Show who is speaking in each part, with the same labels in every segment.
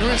Speaker 1: No es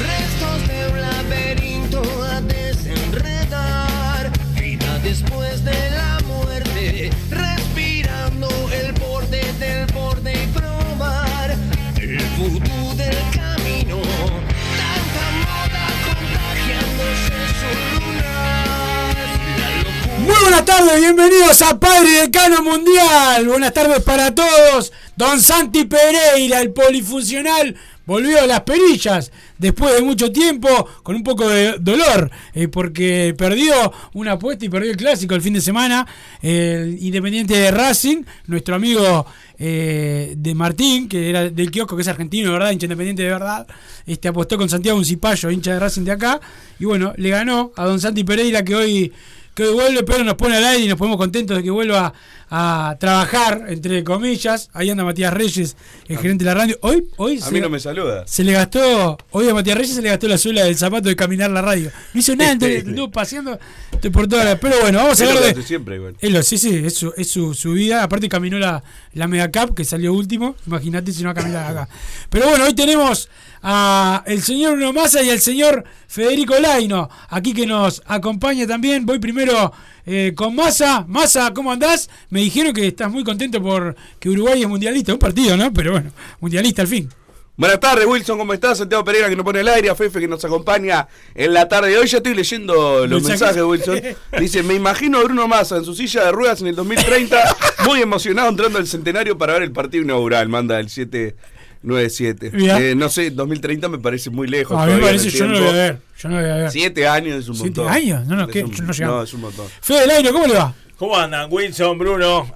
Speaker 2: Restos de un laberinto a desenredar. Vida después de la muerte. Respirando el borde del borde y probar el futuro del camino. Tanta moda contagiándose su lunar. La locura.
Speaker 3: Muy buenas tardes, bienvenidos a Padre Decano Mundial. Buenas tardes para todos. Don Santi Pereira, el polifuncional, volvió a las perillas después de mucho tiempo, con un poco de dolor, eh, porque perdió una apuesta y perdió el clásico el fin de semana. El Independiente de Racing, nuestro amigo eh, de Martín, que era del kiosco, que es argentino, de ¿verdad? Hincha Independiente de verdad. Este apostó con Santiago Uncipayo, hincha de Racing de acá. Y bueno, le ganó a Don Santi Pereira, que hoy que hoy vuelve, pero nos pone al aire y nos ponemos contentos de que vuelva a, trabajar, entre comillas. Ahí anda Matías Reyes, el gerente de la radio. Hoy, hoy
Speaker 4: A mí no me saluda.
Speaker 3: se le gastó, hoy a Matías Reyes se le gastó la suela del zapato de caminar la radio. No hizo nada, entonces anduvo paseando por toda la. Pero bueno, vamos a
Speaker 4: Es Este,
Speaker 5: eh,
Speaker 4: lo que
Speaker 3: hablar
Speaker 4: hace
Speaker 3: de.
Speaker 4: siempre igual.
Speaker 3: Es lo- sí, sí, es su, es su, su vida. Aparte caminó la, la Mega Cup, que salió último. Imagínate si no caminaba acá. Pero bueno, hoy tenemos a el señor Bruno Massa y al señor Federico Laino, aquí que nos acompaña también. Voy primero eh, con Massa. Massa, ¿cómo andás? Me dijeron que estás muy contento por que Uruguay es mundialista. Un partido, ¿no? Pero bueno, mundialista al fin.
Speaker 4: Buenas tardes, Wilson, ¿cómo estás? Santiago Pereira que nos pone el aire, a Fefe que nos acompaña en la tarde de hoy. Ya estoy leyendo los
Speaker 3: Mensajes.
Speaker 4: mensajes, Wilson. Dice, me imagino a Bruno Massa en su silla de ruedas en el 2030, muy emocionado entrando al centenario para ver el partido inaugural, manda el 797.
Speaker 3: Mirá.
Speaker 4: Eh, no sé, 2030 me parece muy lejos.
Speaker 3: a mí me
Speaker 4: todavía en el
Speaker 3: parece, yo no lo voy
Speaker 4: tiempo.
Speaker 3: a ver. Yo no lo voy a ver.
Speaker 4: Siete años es un
Speaker 3: ¿Siete
Speaker 4: montón.
Speaker 3: años? No, no,
Speaker 4: Es
Speaker 3: ¿qué?
Speaker 4: un-
Speaker 3: Yo no llegaba.
Speaker 4: no, es un montón.
Speaker 3: Fede Laino, ¿cómo le va?
Speaker 5: ¿Cómo andan, Wilson, Bruno?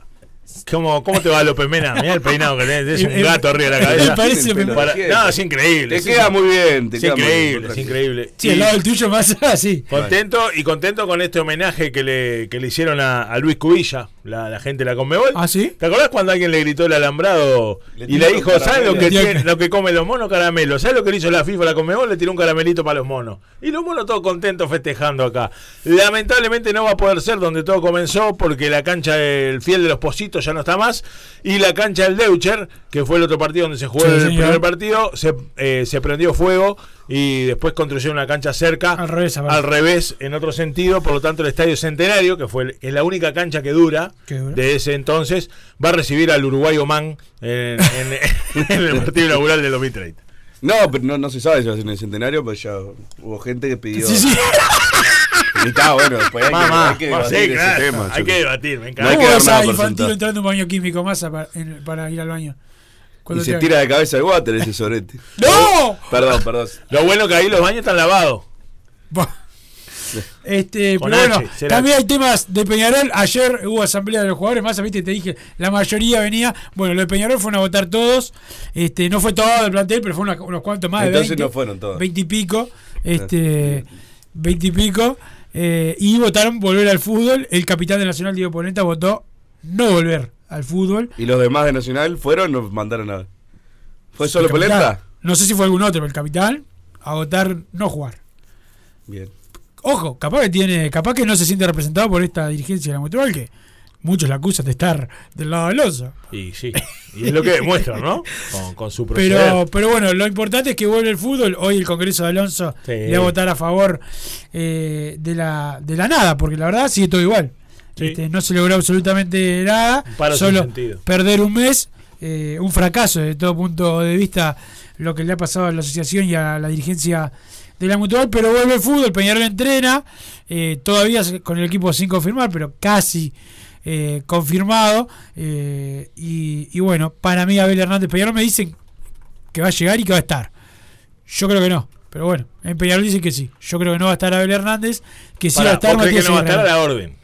Speaker 5: ¿Cómo, cómo te va López Mena? Mirá el peinado que tenés, es
Speaker 3: Eh, eh,
Speaker 5: un gato arriba de la
Speaker 3: Me
Speaker 5: cabeza.
Speaker 3: parece-
Speaker 4: Tienen pelo
Speaker 5: Para-
Speaker 4: de
Speaker 5: no,
Speaker 4: jefe.
Speaker 5: es increíble.
Speaker 4: Te
Speaker 5: es
Speaker 4: queda
Speaker 5: in-
Speaker 4: muy bien, te
Speaker 5: Es
Speaker 4: queda muy
Speaker 5: increíble,
Speaker 4: bien,
Speaker 5: es increíble.
Speaker 3: Sí,
Speaker 5: Y
Speaker 3: al lado del tuyo, Massa, sí.
Speaker 5: Contento y contento con este homenaje que le, que le hicieron a, a Luis Cubilla, la, la gente de la Conmebol.
Speaker 3: ¿Ah, sí?
Speaker 5: ¿Te acordás cuando alguien le gritó el alambrado
Speaker 4: Le
Speaker 5: y
Speaker 4: tiró
Speaker 5: le dijo,
Speaker 4: un
Speaker 5: ¿sabes lo que,
Speaker 3: caramelo".
Speaker 5: tiene- lo que comen los monos caramelos? ¿Sabes lo que le hizo la FIFA a la Conmebol? Le tiró un caramelito para los monos. Y los monos todos contentos festejando acá. Lamentablemente no va a poder ser donde todo comenzó porque la cancha del Fiel de los Positos ya no está más. Y la cancha del Deutscher, que fue el otro partido donde se jugó
Speaker 3: Sí,
Speaker 5: el
Speaker 3: señor.
Speaker 5: primer partido, se, eh, se prendió fuego y después construyeron una cancha cerca
Speaker 3: Al revés, a ver.
Speaker 5: al revés, en otro sentido, por lo tanto el Estadio Centenario, que fue el- que es la única cancha que dura
Speaker 3: Que dura.
Speaker 5: de ese entonces, va a recibir al Uruguay Oman en, en- en el partido inaugural del 2030.
Speaker 4: No, pero no, no se sabe si va a ser en el centenario, pero ya hubo gente que pidió.
Speaker 3: Sí, sí.
Speaker 4: Y está, bueno, después hay que,
Speaker 5: Mamá,
Speaker 4: hay que
Speaker 5: mamá, sí,
Speaker 4: debatir ese
Speaker 5: claro,
Speaker 4: tema.
Speaker 5: hay
Speaker 4: yo
Speaker 5: que
Speaker 4: creo.
Speaker 5: debatir, me
Speaker 4: No
Speaker 5: encanta.
Speaker 4: hay
Speaker 3: ¿Cómo
Speaker 4: que
Speaker 3: vas
Speaker 4: dar
Speaker 3: a
Speaker 4: nada por
Speaker 3: infantil
Speaker 4: sentado.
Speaker 3: entrando a un baño químico más a- para, en- para ir al baño?
Speaker 4: Y
Speaker 3: Cuando
Speaker 4: se
Speaker 3: te-
Speaker 4: tira de cabeza de water ese sorete.
Speaker 3: ¡No!
Speaker 4: Perdón, perdón.
Speaker 5: Lo bueno que ahí los baños están lavados.
Speaker 3: Buah. Este,
Speaker 5: Con
Speaker 3: pero
Speaker 5: H,
Speaker 3: bueno,
Speaker 5: será.
Speaker 3: también hay temas de Peñarol. Ayer hubo asamblea de los jugadores, más viste, te dije, la mayoría venía. Bueno, lo de Peñarol fueron a votar todos. Este, no fue todo el plantel, pero fueron una- unos cuantos más.
Speaker 4: Entonces
Speaker 3: de 20,
Speaker 4: no fueron todos.
Speaker 3: 20 y pico. Este, 20 y pico. eh, y votaron volver al fútbol. El capitán de Nacional, Diego Ponenta, votó no volver al fútbol.
Speaker 4: ¿Y los demás de Nacional fueron o nos mandaron a.? ¿Fue solo
Speaker 3: El capitán,
Speaker 4: Polenta?
Speaker 3: No sé si fue algún otro, pero el capitán, a votar no jugar.
Speaker 4: Bien.
Speaker 3: Ojo, capaz que tiene, capaz que no se siente representado por esta dirigencia de la Mutual que muchos la acusan de estar del lado del oso.
Speaker 5: Y sí, y es lo que demuestran, ¿no? Con, con su
Speaker 3: Pero,
Speaker 5: proceder.
Speaker 3: pero bueno, lo importante es que vuelve el fútbol. Hoy el Congreso de Alonso
Speaker 5: Sí.
Speaker 3: le va a votar a favor eh, de, la, de la nada, porque la verdad sigue todo igual.
Speaker 5: Sí.
Speaker 3: Este, no se logró absolutamente nada,
Speaker 5: Un paro sin
Speaker 3: solo
Speaker 5: sentido.
Speaker 3: perder un mes, eh, un fracaso desde todo punto de vista lo que le ha pasado a la asociación y a la dirigencia de la mutual, pero vuelve el fútbol, Peñarol entrena, eh, todavía con el equipo sin confirmar, pero casi eh, confirmado. eh, y, y bueno, para mí Abel Hernández Peñarol me dicen que va a llegar y que va a estar. Yo creo que no. Pero bueno, en Peñarol dicen que sí. Yo creo que no va a estar Abel Hernández, que sí
Speaker 5: Pará,
Speaker 3: va a estar
Speaker 5: ¿vos creés
Speaker 3: Matías
Speaker 5: que no va a estar a
Speaker 3: Villarreal.
Speaker 5: la orden?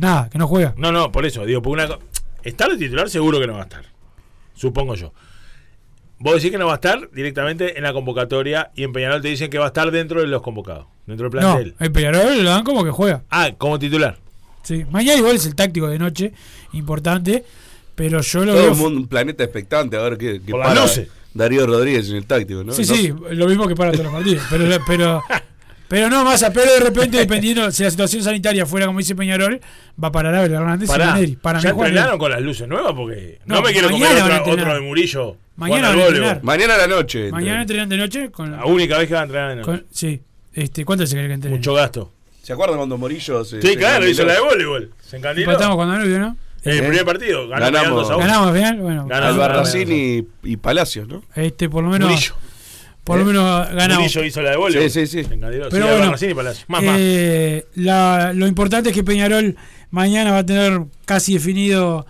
Speaker 3: Nada, que no juega.
Speaker 5: No, no, por eso, digo, por una co- estar de titular seguro que no va a estar. Supongo yo. Vos decís que no va a estar directamente en la convocatoria y en Peñarol te dicen que va a estar dentro de los convocados, dentro
Speaker 3: No,
Speaker 5: del plantel.
Speaker 3: en Peñarol lo dan como que juega.
Speaker 5: Ah, como titular.
Speaker 3: Sí. Mañana igual es el táctico de noche, importante. Pero yo lo
Speaker 4: Todo
Speaker 3: veo.
Speaker 4: el mundo, un planeta expectante, a ver qué, qué
Speaker 5: Por las
Speaker 4: para
Speaker 5: 12.
Speaker 4: Darío Rodríguez en el táctico, ¿no?
Speaker 3: sí,
Speaker 4: No-
Speaker 3: sí, lo mismo que para todos los partidos. Pero, pero, pero no, más pero de repente, dependiendo si la situación sanitaria fuera como dice Peñarol, va a parar Abel Hernández y
Speaker 5: Pará,
Speaker 3: Maneri. Para mí,
Speaker 5: ya
Speaker 3: Juan,
Speaker 5: entrenaron con las luces nuevas porque no,
Speaker 3: No,
Speaker 5: me quiero comer
Speaker 3: mañana van a
Speaker 5: otra- otro
Speaker 3: entrenar.
Speaker 5: de Murillo.
Speaker 3: Mañana van
Speaker 5: jugando
Speaker 3: a
Speaker 5: al
Speaker 3: entrenar.
Speaker 5: vóley.
Speaker 4: Mañana a la noche.
Speaker 3: mañana
Speaker 4: entonces.
Speaker 3: entrenan de noche con.
Speaker 5: La única vez que va a entrenar en
Speaker 3: con- sí. Este, ¿Cuánto se cree que entrenen?
Speaker 5: mucho gasto.
Speaker 4: ¿Se acuerdan cuando Morillo se.
Speaker 5: Sí,
Speaker 4: se
Speaker 5: claro, hizo
Speaker 4: encandiló?
Speaker 5: la de voleibol. Se encandiló.
Speaker 3: Empatamos con Danubio, ¿no?
Speaker 5: En el
Speaker 4: Eh,
Speaker 5: primer partido, ganamos,
Speaker 4: ganamos.
Speaker 5: ganando dos a uno.
Speaker 3: Ganamos al final, bueno.
Speaker 5: Ganamos.
Speaker 4: Albarracín y, y Palacios, ¿no?
Speaker 3: Este, por lo menos,
Speaker 5: Murillo. ¿eh?
Speaker 3: por lo menos ganamos.
Speaker 5: Murillo hizo la de voleibol.
Speaker 4: Sí, sí, sí.
Speaker 5: Se encandiló.
Speaker 3: Pero
Speaker 5: Sí,
Speaker 3: bueno,
Speaker 5: Albarracín y Palacio. Más, más.
Speaker 3: Eh, la- lo importante es que Peñarol mañana va a tener casi definido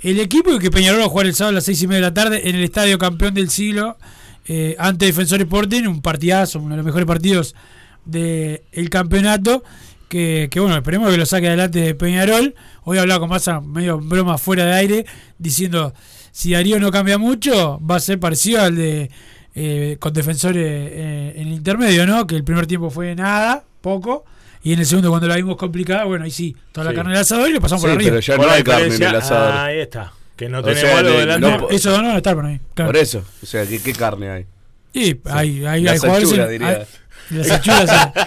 Speaker 3: el equipo y que Peñarol va a jugar el sábado a las seis y media de la tarde en el Estadio Campeón del Siglo eh, ante Defensor Sporting, un partidazo, uno de los mejores partidos del campeonato. Que, que, bueno, esperemos que lo saque adelante de Peñarol. Hoy he hablado con Massa medio en broma fuera de aire, diciendo si Darío no cambia mucho, va a ser parecido al de eh, con defensores eh, en el intermedio, ¿no? Que el primer tiempo fue nada, poco. Y en el segundo, cuando la vimos complicada, bueno, ahí sí, toda la
Speaker 5: Sí.
Speaker 3: carne del asador y lo pasamos
Speaker 4: Sí,
Speaker 3: por arriba.
Speaker 4: pero ya
Speaker 5: Por
Speaker 4: no
Speaker 5: la
Speaker 4: hay carne en
Speaker 5: diferencia-
Speaker 4: el asador.
Speaker 5: Ahí está. Que no
Speaker 4: O
Speaker 5: tenemos
Speaker 4: sea,
Speaker 5: algo
Speaker 4: le-
Speaker 5: delante.
Speaker 4: no
Speaker 3: No,
Speaker 4: po-
Speaker 3: eso no, no está para mí. claro.
Speaker 4: Por eso. O sea, ¿qué, qué carne hay?
Speaker 3: Y hay, hay,
Speaker 4: La
Speaker 3: hay jugadores.
Speaker 4: sachuras,
Speaker 3: en-
Speaker 4: diría.
Speaker 3: hay- las sachuras,
Speaker 4: El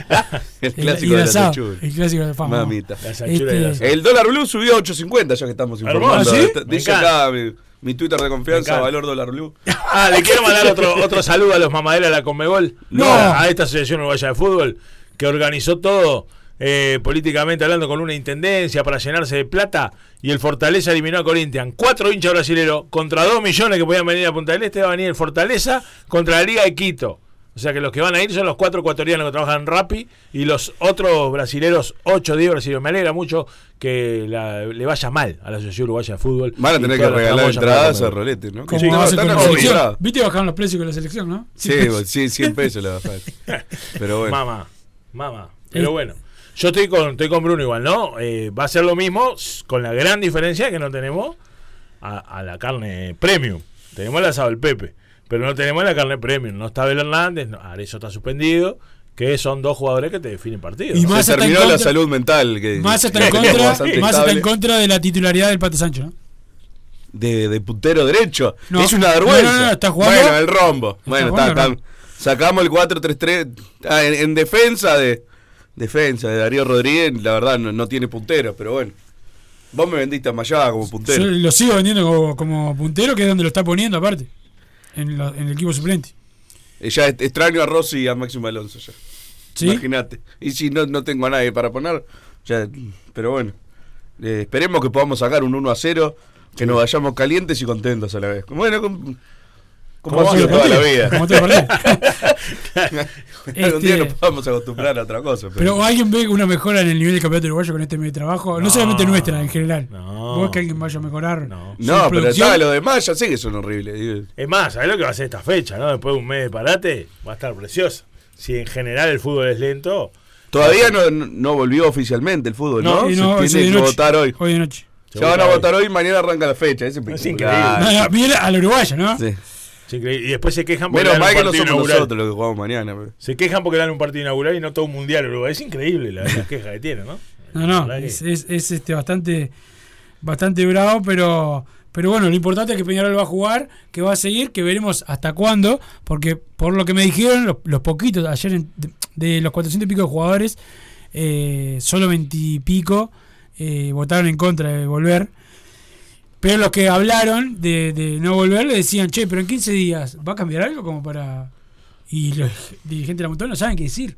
Speaker 3: el- y
Speaker 4: clásico de
Speaker 3: el
Speaker 4: la
Speaker 3: asado,
Speaker 4: sachuras.
Speaker 3: El clásico de la fama.
Speaker 4: Mamita.
Speaker 5: Las anchuras de
Speaker 3: Este-
Speaker 5: la sala.
Speaker 4: El dólar blue subió a 8.50, ya que estamos informando.
Speaker 5: Hermoso.
Speaker 3: ¿Ah, sí?
Speaker 4: Está-
Speaker 5: Me
Speaker 4: Dice
Speaker 5: encanta.
Speaker 4: acá mi, mi Twitter de confianza,
Speaker 5: encanta.
Speaker 4: valor dólar blue.
Speaker 5: Ah, le quiero mandar otro, otro saludo a los mamaderas de la Conmebol.
Speaker 3: No.
Speaker 5: A esta Asociación Uruguaya de Fútbol que organizó todo eh, políticamente hablando con una intendencia para llenarse de plata y el Fortaleza eliminó a Corinthians. Cuatro hinchas brasileros contra dos millones que podían venir a Punta del Este. Va a venir el Fortaleza contra la Liga de Quito. O sea que los que van a ir son los cuatro ecuatorianos que trabajan en Rappi y los otros brasileros, ocho, diez brasileños. Me alegra mucho que la- le vaya mal a la Asociación Uruguaya de Fútbol.
Speaker 4: Van a
Speaker 5: y
Speaker 4: tener que
Speaker 5: todas las
Speaker 4: regalar
Speaker 5: tramoyas para
Speaker 4: entradas a
Speaker 5: Conmebol.
Speaker 4: rolete, ¿no?
Speaker 3: Como
Speaker 4: Sí, no,
Speaker 3: hacen con
Speaker 4: están
Speaker 3: la
Speaker 4: acomodadas.
Speaker 3: selección. ¿Viste que bajaron los precios con la selección, no?
Speaker 4: Sí, bo- sí, 100 pesos la bajaron. Pero bueno.
Speaker 5: Mamá, mamá.
Speaker 3: Eh.
Speaker 5: Pero bueno, yo estoy con, estoy con Bruno igual, ¿no? Eh, va a ser lo mismo, s- con la gran diferencia que no tenemos a, a la carne premium. Tenemos el asado del Pepe, pero no tenemos la carne premium. No está Abel Hernández, no, Arezzo está suspendido, que son dos jugadores que te definen partido.
Speaker 3: Y
Speaker 5: ¿no?
Speaker 3: más
Speaker 4: Se
Speaker 3: está en
Speaker 4: terminó la
Speaker 3: contra-
Speaker 4: salud mental. Que,
Speaker 3: Más está en
Speaker 4: que tenemos
Speaker 3: contra,
Speaker 4: bastante
Speaker 3: más está en
Speaker 4: estable.
Speaker 3: contra de la titularidad del Pato Sancho, ¿no?
Speaker 4: de, de puntero derecho.
Speaker 3: No.
Speaker 4: Es una vergüenza.
Speaker 3: No, no, no, está jugando-
Speaker 4: Bueno, el rombo. bueno, está,
Speaker 3: jugando el
Speaker 4: está-
Speaker 3: rombo.
Speaker 4: sacamos el 4-3-3 Ah, en, en defensa de defensa de Darío Rodríguez, la verdad no, no tiene puntero, pero bueno. Vos me vendiste a Mayada como puntero.
Speaker 3: Yo lo sigo vendiendo como, como puntero, que es donde lo está poniendo, aparte. En, lo- en el equipo suplente.
Speaker 4: Eh, Ya est- extraño a Rossi y a Máximo Alonso ya.
Speaker 3: ¿Sí?
Speaker 4: Imagínate. Y si no, no tengo a nadie para poner, ya, pero bueno. Eh, esperemos que podamos sacar un 1 a 0, que nos vayamos calientes y contentos a la vez. Bueno, com- como, ha
Speaker 3: todos
Speaker 4: sido
Speaker 3: los
Speaker 4: toda la
Speaker 3: partidos,
Speaker 4: vida.
Speaker 3: como todos los partidos.
Speaker 4: Algún día
Speaker 3: Este-
Speaker 4: nos podemos acostumbrar a otra cosa.
Speaker 3: Pero alguien ve una mejora en el nivel del campeonato uruguayo con este medio de trabajo. No,
Speaker 5: No,
Speaker 3: solamente nuestra, en general.
Speaker 5: no.
Speaker 3: ¿Vos que alguien vaya a mejorar?
Speaker 5: No.
Speaker 3: su
Speaker 4: no, pero
Speaker 3: producción?
Speaker 4: está, lo demás ya sé que son horribles. digo.
Speaker 5: Es más, ¿sabés lo que va a ser esta fecha, no? Después de un mes de parate, va a estar preciosa. Si en general el fútbol es lento,
Speaker 4: Todavía no, no- no volvió oficialmente el fútbol, ¿no?
Speaker 3: y no,
Speaker 4: Se
Speaker 3: eso de
Speaker 4: tiene que
Speaker 3: noche.
Speaker 4: votar hoy.
Speaker 3: Hoy de noche.
Speaker 4: Se van a
Speaker 5: hoy.
Speaker 4: votar hoy y mañana arranca la fecha. Es, espectacular.
Speaker 3: No, no, mira al uruguayo, ¿no?
Speaker 4: Sí.
Speaker 5: es increíble. y después se quejan porque le
Speaker 4: Menos
Speaker 5: dan un
Speaker 4: mal que no
Speaker 5: partido
Speaker 4: somos
Speaker 5: inaugural.
Speaker 4: nosotros los que jugamos mañana. pero-
Speaker 5: Se quejan porque dan un partido inaugural y no todo un mundial Uruguay. Es increíble la, la queja que tiene, ¿no?
Speaker 3: No,
Speaker 5: La
Speaker 3: no,
Speaker 5: verdad que-
Speaker 3: es, es- es, este, bastante, bastante bravo, pero, pero bueno, lo importante es que Peñarol va a jugar, que va a seguir, que veremos hasta cuándo, porque por lo que me dijeron, los, los poquitos, ayer en- de, de los 400 y pico de jugadores, eh, solo 20 y pico eh, votaron en contra de volver. Pero los que hablaron de, de no volver le decían, che, pero en 15 días va a cambiar algo como para... Y los dirigentes de la montón no saben qué decir.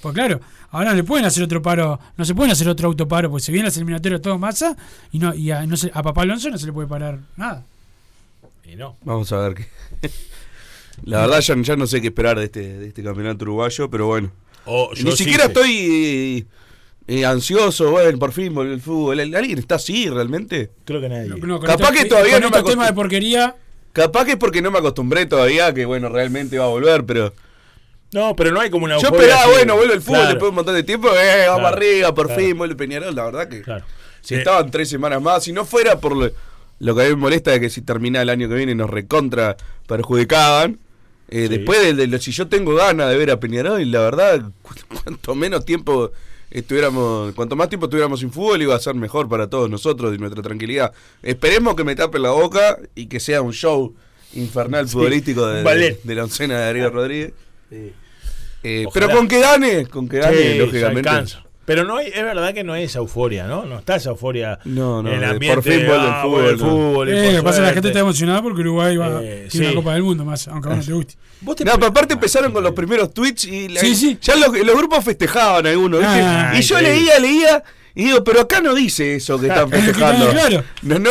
Speaker 3: Pues claro, ahora no le pueden hacer otro paro, no se pueden hacer otro autoparo, porque se vienen las eliminatorias todo masa y no y a, no se- a Papá Alonso no se le puede parar nada.
Speaker 5: Y no.
Speaker 4: Vamos a ver qué. La verdad, ya, ya no sé qué esperar de este, de este campeonato uruguayo, pero bueno.
Speaker 5: O yo
Speaker 4: Ni
Speaker 5: sí
Speaker 4: siquiera
Speaker 5: sé.
Speaker 4: estoy eh, eh, ansioso, bueno, por fin volvió el fútbol. ¿Alguien está así realmente?
Speaker 5: Creo que nadie.
Speaker 3: No, con
Speaker 4: Capaz
Speaker 3: estos-
Speaker 4: que todavía
Speaker 3: con
Speaker 4: no me
Speaker 3: estos
Speaker 4: acostum-
Speaker 3: temas de porquería.
Speaker 4: Capaz que es porque no me acostumbré todavía que, bueno, realmente va a volver, pero...
Speaker 5: No, pero no hay como una
Speaker 4: Yo
Speaker 5: euforia
Speaker 4: esperaba,
Speaker 5: así de-
Speaker 4: bueno, vuelve el fútbol
Speaker 5: Claro,
Speaker 4: después de un montón de tiempo, eh, vamos
Speaker 5: Claro,
Speaker 4: arriba, por
Speaker 5: claro.
Speaker 4: fin, vuelve Peñarol, la verdad que...
Speaker 5: Claro.
Speaker 4: Si
Speaker 5: Eh,
Speaker 4: estaban tres semanas más, si no fuera por lo, lo que a mí me molesta de que si termina el año que viene nos recontra perjudicaban. eh, Después de, de lo- si yo tengo ganas de ver a Peñarol, y la verdad, cu- cuanto menos tiempo estuviéramos, cuanto más tiempo estuviéramos sin fútbol, iba a ser mejor para todos nosotros y nuestra tranquilidad. Esperemos que me tape la boca y que sea un show infernal futbolístico de,
Speaker 5: un ballet. Ah.
Speaker 4: de la oncena de Darío Rodríguez. Eh,
Speaker 5: Ojalá.
Speaker 4: pero con que gane, con que gane,
Speaker 5: sí,
Speaker 4: lógicamente.
Speaker 5: ya alcanza. Pero no hay, es verdad que no hay esa euforia, ¿no? No está esa euforia
Speaker 4: No, no,
Speaker 5: en el
Speaker 4: de
Speaker 5: ambiente.
Speaker 4: por fin vuelve el
Speaker 5: ah,
Speaker 4: fútbol,
Speaker 5: vuelve el
Speaker 4: no.
Speaker 5: fútbol, y
Speaker 3: Eh,
Speaker 5: por
Speaker 3: lo que pasa es que la
Speaker 5: suerte.
Speaker 3: gente está emocionada porque Uruguay va,
Speaker 5: Eh,
Speaker 3: tiene una
Speaker 5: sí.
Speaker 3: Copa del Mundo más, aunque a vos no te guste.
Speaker 5: Vos te
Speaker 4: No, pero
Speaker 5: pre-
Speaker 4: aparte empezaron con los primeros tweets y la-
Speaker 3: Sí, sí.
Speaker 4: ya los, los grupos festejaban algunos. ¿viste?
Speaker 3: Ah,
Speaker 4: y yo
Speaker 5: increíble.
Speaker 4: leía, leía y digo, pero acá no dice eso que están festejando.
Speaker 3: Claro.
Speaker 4: No, no,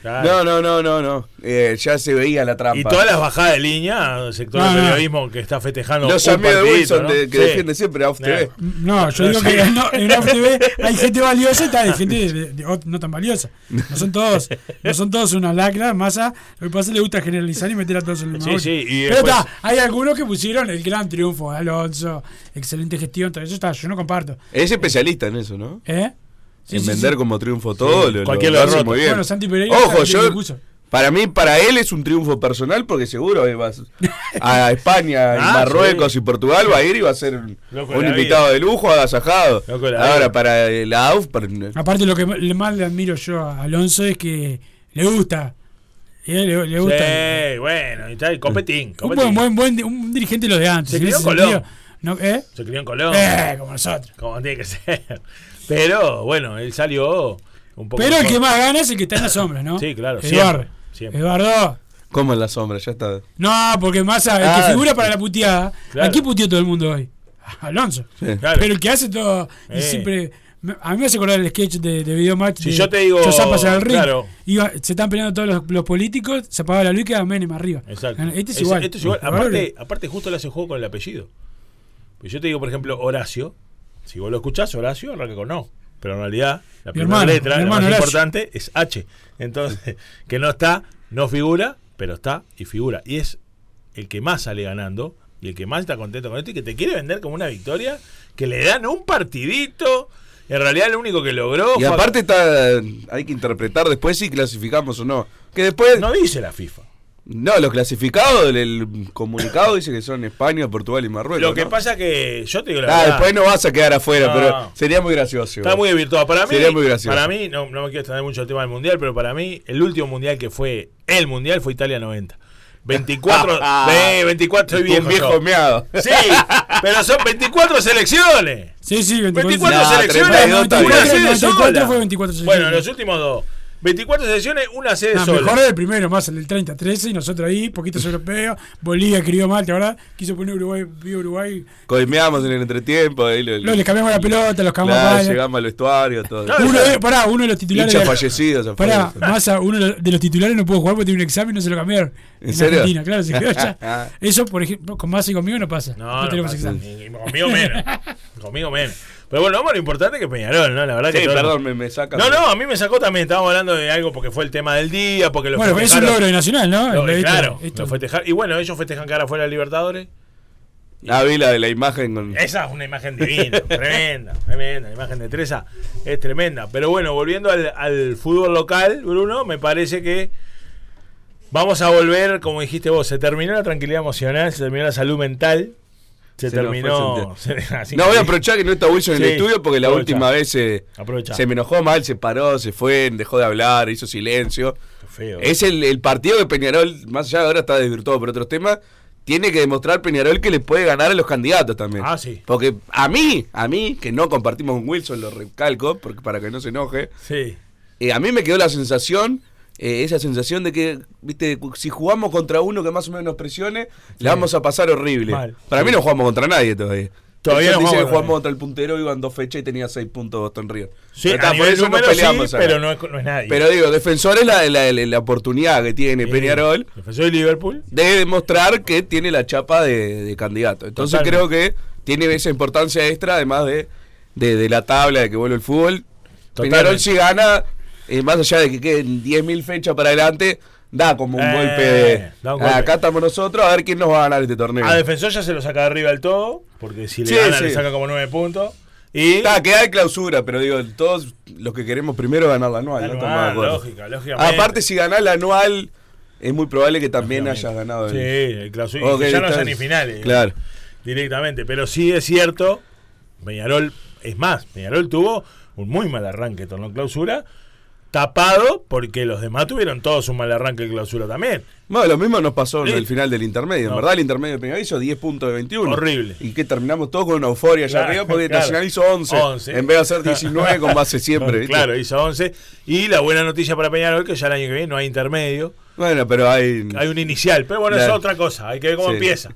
Speaker 5: Claro.
Speaker 4: no, no, no, no, no. Eh, ya se veía la trampa.
Speaker 5: Y todas las bajadas de línea, el sector
Speaker 3: No,
Speaker 5: del
Speaker 3: no.
Speaker 5: periodismo que está festejando.
Speaker 4: Los
Speaker 5: un
Speaker 4: amigos de
Speaker 5: partidito,
Speaker 4: Wilson
Speaker 5: ¿no?
Speaker 4: de- que
Speaker 5: Sí.
Speaker 4: defienden siempre a
Speaker 5: Nah.
Speaker 4: usted.
Speaker 3: No, yo
Speaker 5: No
Speaker 3: digo
Speaker 5: sé.
Speaker 3: que no, en AFTV hay gente valiosa y está, hay gente de- de- de ot- no tan valiosa. No son todos, no son todos una lacra, masa. Lo que pasa es que le gusta generalizar y meter a todos en el mismo
Speaker 5: Sí,
Speaker 3: bote.
Speaker 5: sí, y
Speaker 3: Pero
Speaker 5: después-
Speaker 3: está, hay algunos que pusieron el gran triunfo de Alonso, excelente gestión, todo eso está, yo no comparto.
Speaker 4: Es especialista en eso, ¿no?
Speaker 3: ¿Eh? Sí,
Speaker 4: en
Speaker 3: sí,
Speaker 4: vender
Speaker 3: sí.
Speaker 4: como triunfo todo. lo- lo,
Speaker 5: cualquier
Speaker 4: lo hace
Speaker 5: derrota.
Speaker 4: muy bien.
Speaker 3: Bueno, Santi Pereira
Speaker 4: Ojo,
Speaker 3: está bien
Speaker 4: yo.
Speaker 3: incluso.
Speaker 4: Para mí, para él es un triunfo personal porque seguro eh, vas a España, y
Speaker 5: Ah,
Speaker 4: Marruecos
Speaker 5: sí.
Speaker 4: y Portugal va a ir y va a ser un
Speaker 5: Loco
Speaker 4: un
Speaker 5: de la
Speaker 4: invitado
Speaker 5: vida.
Speaker 4: de lujo, agasajado.
Speaker 5: Loco de la
Speaker 4: Ahora,
Speaker 5: vida.
Speaker 4: para eh, la AUF, para- no,
Speaker 3: Aparte, lo que ma- le- más le admiro yo a Alonso es que le gusta. eh, Le, le gusta.
Speaker 5: Sí, bueno, y tal, competín.
Speaker 3: un,
Speaker 5: competín.
Speaker 3: buen, buen, buen- un dirigente de los de antes.
Speaker 5: Se
Speaker 3: en
Speaker 5: crió
Speaker 3: ese
Speaker 5: Colón.
Speaker 3: sentido, ¿no? ¿Eh?
Speaker 5: Se crió en Colón.
Speaker 3: Eh, como nosotros.
Speaker 5: Como tiene que ser. Pero bueno, él salió un poco.
Speaker 3: Pero el
Speaker 5: mejor.
Speaker 3: que más gana es el que está en la sombra, ¿no?
Speaker 5: Sí, claro,
Speaker 3: Eduardo.
Speaker 5: siempre, siempre.
Speaker 3: Eduardo.
Speaker 4: como en la sombra, ya está.
Speaker 3: No, porque Massa, el que
Speaker 4: Ah,
Speaker 3: figura para la puteada.
Speaker 5: Claro.
Speaker 3: ¿A quién puteó todo el mundo hoy? A Alonso.
Speaker 5: Claro.
Speaker 3: Pero el que hace todo. Y
Speaker 5: Eh.
Speaker 3: siempre. me- A mí me hace acordar el sketch de, de Video Match.
Speaker 5: Si
Speaker 3: de
Speaker 5: yo te digo-
Speaker 3: Chozapa sale al ring.
Speaker 5: claro.
Speaker 3: Iba- se están peleando todos los, los políticos. Se apagaba la luz y quedaba Menem arriba.
Speaker 5: Exacto.
Speaker 3: Este es
Speaker 5: Ese-
Speaker 3: igual.
Speaker 5: esto es igual.
Speaker 3: Ahora
Speaker 5: Aparte, aparte, justo le hace juego con el apellido. Pues yo te digo, por ejemplo, Horacio. Si vos lo escuchás, Horacio arranca con no. Pero en realidad, la primera
Speaker 3: hermano,
Speaker 5: letra,
Speaker 3: mi
Speaker 5: la más
Speaker 3: hermano Horacio.
Speaker 5: importante, es H. Entonces, que no está, no figura, pero está y figura. Y es el que más sale ganando y el que más está contento con esto y que te quiere vender como una victoria, que le dan un partidito. En realidad, lo único que logró.
Speaker 4: Y
Speaker 5: fue-
Speaker 4: aparte está hay que interpretar después si clasificamos o no. Que después.
Speaker 5: No
Speaker 4: No,
Speaker 5: dice la FIFA.
Speaker 4: los clasificados, el, el comunicado dice que son España, Portugal y Marruecos.
Speaker 5: Lo que
Speaker 4: ¿no?
Speaker 5: pasa que yo te digo la
Speaker 4: Ah,
Speaker 5: verdad.
Speaker 4: después no vas a quedar afuera,
Speaker 5: No.
Speaker 4: pero sería muy gracioso.
Speaker 5: Está muy desvirtuado. Para mí,
Speaker 4: Sería muy gracioso.
Speaker 5: Para mí, no, no me quiero extender mucho el tema del mundial, pero para mí, el último mundial que fue el mundial fue Italia 90. 24, eh, 24 soy viejo.
Speaker 4: Un viejo
Speaker 5: yo.
Speaker 4: Ah, meado.
Speaker 5: Sí, pero son 24 selecciones.
Speaker 3: Sí, sí,
Speaker 5: 24
Speaker 4: No,
Speaker 5: selecciones,
Speaker 4: 32 está
Speaker 5: una
Speaker 4: bien.
Speaker 5: sede
Speaker 3: 94
Speaker 5: sola.
Speaker 3: fue 24 selecciones.
Speaker 5: Bueno, los últimos dos. 24 selecciones, una sede
Speaker 3: Ah,
Speaker 5: sola.
Speaker 3: mejor el primero, más el del 30-13, y nosotros ahí, poquitos europeos. Bolivia crió mal, ahora quiso poner Uruguay, vio Uruguay.
Speaker 4: Coimeamos en el entretiempo. Ahí lo-
Speaker 3: Luego les cambiamos la pelota, los cambiamos
Speaker 4: Claro,
Speaker 3: mal.
Speaker 4: llegamos al vestuario, todo.
Speaker 5: Claro,
Speaker 3: Uno de, pará, uno de los titulares.
Speaker 4: Hinchas
Speaker 3: de-
Speaker 4: fallecidos.
Speaker 3: pará,
Speaker 4: afuera.
Speaker 3: Massa, uno de los titulares no pudo jugar porque tiene un examen y no se lo cambiaron.
Speaker 4: ¿En serio?
Speaker 3: Argentina, claro, se quedó ya. Eso, por ejemplo, con Massa y conmigo no pasa.
Speaker 5: No, no,
Speaker 3: tenemos
Speaker 5: pasa.
Speaker 3: examen.
Speaker 5: Y- y conmigo menos. conmigo menos. Pero bueno, vamos a lo importante que Peñarol, ¿no? La verdad que
Speaker 4: Sí,
Speaker 5: todo-
Speaker 4: perdón, me, me saca.
Speaker 5: No, no, a mí me sacó también. Estábamos hablando de algo porque fue el tema del día, porque lo
Speaker 3: Bueno, es un
Speaker 5: festejaron-
Speaker 3: logro de Nacional, ¿no?
Speaker 5: Lo-
Speaker 3: Lo de esto-
Speaker 5: claro,
Speaker 3: esto-
Speaker 5: lo festejar- Y bueno, ellos festejan que ahora fuera de Libertadores.
Speaker 4: Ah, vi la de la imagen con.
Speaker 5: Esa es una imagen divina, tremenda, tremenda. La imagen de Teresa es tremenda. Pero bueno, volviendo al, al fútbol local, Bruno, me parece que vamos a volver, como dijiste vos, se terminó la tranquilidad emocional, se terminó la salud mental, se,
Speaker 4: Se nos
Speaker 5: terminó.
Speaker 4: fue
Speaker 5: así
Speaker 4: No
Speaker 5: que-
Speaker 4: voy a aprovechar que no está Wilson en
Speaker 5: Sí,
Speaker 4: el estudio porque la
Speaker 5: aprovecha.
Speaker 4: última vez se,
Speaker 5: Aprovecha.
Speaker 4: se me enojó mal, se paró, se fue, dejó de hablar, hizo silencio.
Speaker 5: Feo.
Speaker 4: Es el, el partido de Peñarol, más allá de ahora está desvirtuado por otros temas, tiene que demostrar Peñarol que le puede ganar a los candidatos también.
Speaker 5: Ah, sí.
Speaker 4: Porque a mí, a mí, que no compartimos un Wilson, lo recalco, porque para que no se enoje,
Speaker 5: Sí.
Speaker 4: eh, a mí me quedó la sensación, eh, esa sensación de que, viste, si jugamos contra uno que más o menos nos presione, la vamos a pasar horrible.
Speaker 5: Mal.
Speaker 4: Para mí no jugamos contra nadie todavía.
Speaker 5: Todavía
Speaker 4: Wilson
Speaker 5: no
Speaker 4: dice
Speaker 5: jugamos
Speaker 4: que jugamos
Speaker 5: contra
Speaker 4: contra el puntero, iban dos fechas y tenía seis puntos Boston Río.
Speaker 5: Sí,
Speaker 4: Pero está,
Speaker 5: a
Speaker 4: por
Speaker 5: nivel
Speaker 4: eso nos
Speaker 5: número sí,
Speaker 4: peleamos ahora.
Speaker 5: pero no es, no es nadie.
Speaker 4: Pero digo, defensor es la, la- la- la oportunidad que tiene
Speaker 5: Sí.
Speaker 4: Peñarol
Speaker 5: Defensor de Liverpool.
Speaker 4: de demostrar que tiene la chapa de, de candidato. Entonces
Speaker 5: Totalmente.
Speaker 4: creo que tiene esa importancia extra, además de, de, de la tabla de que vuelve el fútbol.
Speaker 5: Totalmente.
Speaker 4: Peñarol si gana, eh, más allá de que queden 10.000 fechas para adelante, da como un
Speaker 5: Eh,
Speaker 4: golpe de...
Speaker 5: da un
Speaker 4: "Ah,
Speaker 5: golpe".
Speaker 4: Acá estamos nosotros, a ver quién nos va a ganar este torneo.
Speaker 5: A defensor ya se lo saca de arriba el todo, porque si le
Speaker 4: Sí,
Speaker 5: gana
Speaker 4: sí.
Speaker 5: le saca como nueve puntos. Y
Speaker 4: Está, queda de clausura, pero digo, todos los que queremos primero es ganar la anual. no
Speaker 5: Anual,
Speaker 4: estamos de acuerdo.
Speaker 5: lógica, lógicamente.
Speaker 4: Aparte, si ganás la anual, es muy probable que también hayas ganado. el-
Speaker 5: Sí, el clausura. y
Speaker 4: Ok,
Speaker 5: que ya no
Speaker 4: estás-
Speaker 5: son ni finales. eh,
Speaker 4: Claro.
Speaker 5: Directamente. Pero sí es cierto, Peñarol, es más, Peñarol tuvo un muy mal arranque en torneo clausura, tapado porque los demás tuvieron todos un mal arranque en clausura también.
Speaker 4: Bueno, lo mismo nos pasó
Speaker 5: Sí.
Speaker 4: en el final del intermedio.
Speaker 5: No.
Speaker 4: En verdad, el intermedio de Peñarol hizo 10 puntos de 21.
Speaker 5: Horrible.
Speaker 4: Y que terminamos todos con una euforia allá
Speaker 5: Claro,
Speaker 4: arriba porque
Speaker 5: claro.
Speaker 4: Nacional hizo 11,
Speaker 5: 11.
Speaker 4: En vez de hacer 19 con base siempre. ¿viste?
Speaker 5: Claro, hizo 11. Y la buena noticia para Peñarol, que ya el año que viene no hay intermedio.
Speaker 4: Bueno, pero hay.
Speaker 5: Hay un inicial, pero bueno,
Speaker 4: Claro.
Speaker 5: es otra cosa. Hay que ver cómo
Speaker 4: Sí.
Speaker 5: empieza.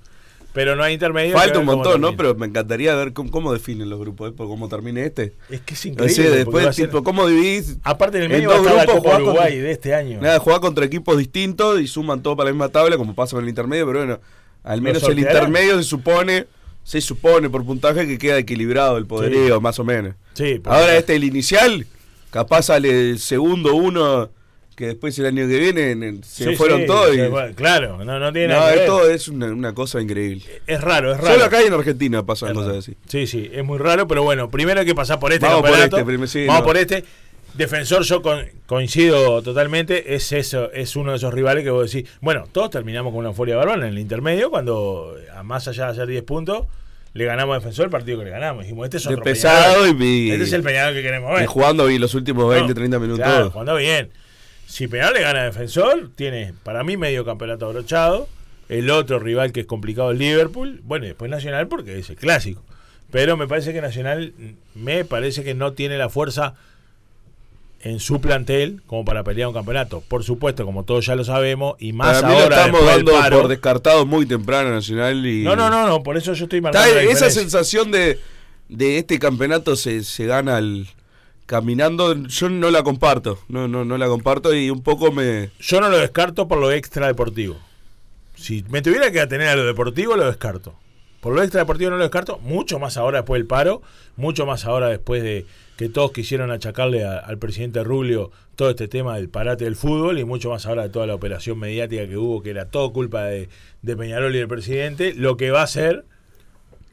Speaker 5: Pero no hay intermedio. hay que
Speaker 4: Falta
Speaker 5: ver
Speaker 4: un
Speaker 5: cómo
Speaker 4: montón, ¿no?
Speaker 5: termina.
Speaker 4: Pero me encantaría ver cómo, cómo definen los grupos, ¿eh? por cómo termine este.
Speaker 5: Es que es
Speaker 4: No
Speaker 5: increíble.
Speaker 4: sé,
Speaker 5: porque va a
Speaker 4: después,
Speaker 5: ser-
Speaker 4: tipo, ¿cómo dividís?
Speaker 5: Aparte en el
Speaker 4: en
Speaker 5: medio va a
Speaker 4: dos
Speaker 5: estar la
Speaker 4: grupos
Speaker 5: Copa
Speaker 4: jugás con-
Speaker 5: Uruguay de este año.
Speaker 4: Nada, jugar contra equipos distintos y suman todo para la misma tabla, como pasa con el intermedio, pero bueno, al
Speaker 5: ¿Lo
Speaker 4: menos el
Speaker 5: sortearán?
Speaker 4: intermedio se supone, se supone por puntaje que queda equilibrado el poderío, más o menos.
Speaker 5: Sí, porque-
Speaker 4: Ahora este, el inicial, capaz sale el segundo uno, que después el año que viene en el- se
Speaker 5: Sí,
Speaker 4: fueron
Speaker 5: sí,
Speaker 4: todos. y-
Speaker 5: se fue- Claro, no, no tiene
Speaker 4: no,
Speaker 5: nada que ver.
Speaker 4: esto es una, una cosa increíble.
Speaker 5: Es raro, es raro.
Speaker 4: Solo acá y en Argentina pasan
Speaker 5: Es raro.
Speaker 4: cosas así.
Speaker 5: Sí, sí, es muy raro, pero bueno, primero hay que pasar por este
Speaker 4: Vamos por
Speaker 5: campeonato.
Speaker 4: este, primero, sí,
Speaker 5: Vamos
Speaker 4: no.
Speaker 5: por este. Defensor, yo con- coincido totalmente, es eso, es uno de esos rivales que vos decís, bueno, todos terminamos con una euforia varón en el intermedio, cuando a más allá de hacer 10 puntos, le ganamos a Defensor el partido que le ganamos. Dijimos, este es
Speaker 4: De
Speaker 5: otro
Speaker 4: pesado
Speaker 5: Peñarol.
Speaker 4: y-
Speaker 5: Este es el Peñarol que queremos ver.
Speaker 4: Y jugando vi los últimos 20,
Speaker 5: No,
Speaker 4: 30 minutos.
Speaker 5: Claro, jugando bien. Si Peñarol le gana a Defensor, tiene para mí medio campeonato abrochado. El otro rival que es complicado es Liverpool. Bueno, y después Nacional porque es el clásico. Pero me parece que Nacional, mm, me parece que no tiene la fuerza en su plantel como para pelear un campeonato. Por supuesto, como todos ya lo sabemos, y más
Speaker 4: Para mí lo
Speaker 5: ahora
Speaker 4: estamos
Speaker 5: después del
Speaker 4: dando
Speaker 5: paro.
Speaker 4: por descartado muy temprano Nacional y...
Speaker 5: No, no, no, no, por eso yo estoy marcando
Speaker 4: Está
Speaker 5: la
Speaker 4: esa
Speaker 5: diferencia.
Speaker 4: sensación de, de este campeonato se, se gana al caminando, yo no la comparto, no, no, no la comparto y un poco me...
Speaker 5: Yo no lo descarto por lo extra deportivo. Si me tuviera que atener a lo deportivo, lo descarto. Por lo extra deportivo no lo descarto, mucho más ahora después del paro, mucho más ahora después de que todos quisieron achacarle a- al presidente Rubio todo este tema del parate del fútbol y mucho más ahora de toda la operación mediática que hubo, que era todo culpa de, de Peñarol y del presidente, lo que va a ser,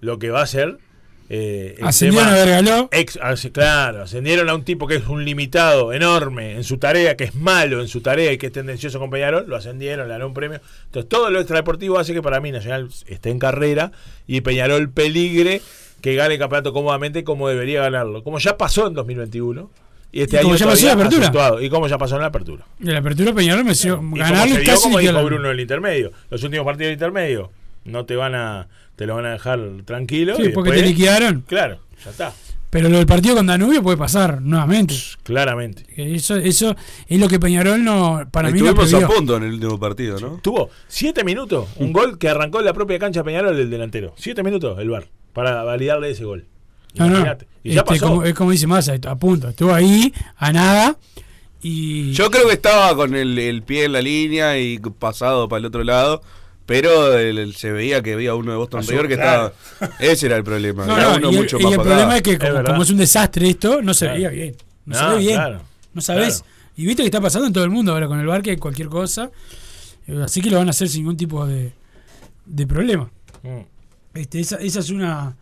Speaker 5: lo que va a ser... eh, el
Speaker 3: Ascendió
Speaker 5: tema- Eh,
Speaker 3: a Vergaló.
Speaker 5: Ex- así, claro, ascendieron a un tipo que es un limitado enorme en su tarea, que es malo en su tarea y que es tendencioso con Peñarol, lo ascendieron, le dan un premio. Entonces todo lo extradeportivo hace que para mí Nacional esté en carrera y Peñarol peligre que gane el campeonato cómodamente como debería ganarlo, como ya pasó en 2021. Y este
Speaker 3: Y como
Speaker 5: año
Speaker 3: ya pasó en
Speaker 5: todavía
Speaker 3: la apertura.
Speaker 5: acentuado, y como ya pasó en la apertura.
Speaker 3: De la apertura Peñarol me hizo
Speaker 5: Y eh, como
Speaker 3: ganarlo
Speaker 5: se
Speaker 3: y
Speaker 5: vio,
Speaker 3: casi
Speaker 5: como
Speaker 3: liquidó
Speaker 5: dijo
Speaker 3: la-
Speaker 5: Bruno del intermedio, los últimos partidos del intermedio no te van a te lo van a dejar tranquilo
Speaker 3: Sí,
Speaker 5: y
Speaker 3: porque te
Speaker 5: después-
Speaker 3: liquidaron.
Speaker 5: Claro, ya está,
Speaker 3: Pero lo del partido con Danubio puede pasar nuevamente.
Speaker 5: claramente.
Speaker 3: Eso, eso es lo que Peñarol no, para mí no
Speaker 4: Estuvimos a
Speaker 3: previó.
Speaker 4: punto en el último partido, ¿no?
Speaker 5: Tuvo siete minutos,
Speaker 3: Mm.
Speaker 5: un gol que arrancó en la propia cancha Peñarol del delantero. Siete minutos el bar para validarle ese gol.
Speaker 3: No, no.
Speaker 5: Imagínate. Y ya
Speaker 3: Este,
Speaker 5: pasó.
Speaker 3: como- es como dice Massa, a punto. Estuvo ahí, a nada. Y
Speaker 4: Yo creo que estaba con el, el pie en la línea y pasado para el otro lado, pero el- el- se veía que había uno de Boston
Speaker 5: Pasó,
Speaker 4: River que
Speaker 5: claro.
Speaker 4: estaba... Ese era el problema,
Speaker 3: No,
Speaker 4: era
Speaker 3: no,
Speaker 4: uno
Speaker 3: y el,
Speaker 4: mucho
Speaker 3: y
Speaker 4: más
Speaker 3: el
Speaker 4: para
Speaker 3: problema
Speaker 4: acá.
Speaker 3: es que
Speaker 5: Es
Speaker 3: como,
Speaker 5: verdad.
Speaker 3: como es un desastre esto, no se
Speaker 5: Claro.
Speaker 3: veía bien. No, se
Speaker 5: No,
Speaker 3: ve bien.
Speaker 5: claro.
Speaker 3: No sabés.
Speaker 5: Claro.
Speaker 3: Y viste que está pasando en todo el mundo ahora con el bar que cualquier cosa. Eh, Así que lo van a hacer sin ningún tipo de, de problema.
Speaker 5: Mm.
Speaker 3: Este, esa, esa es una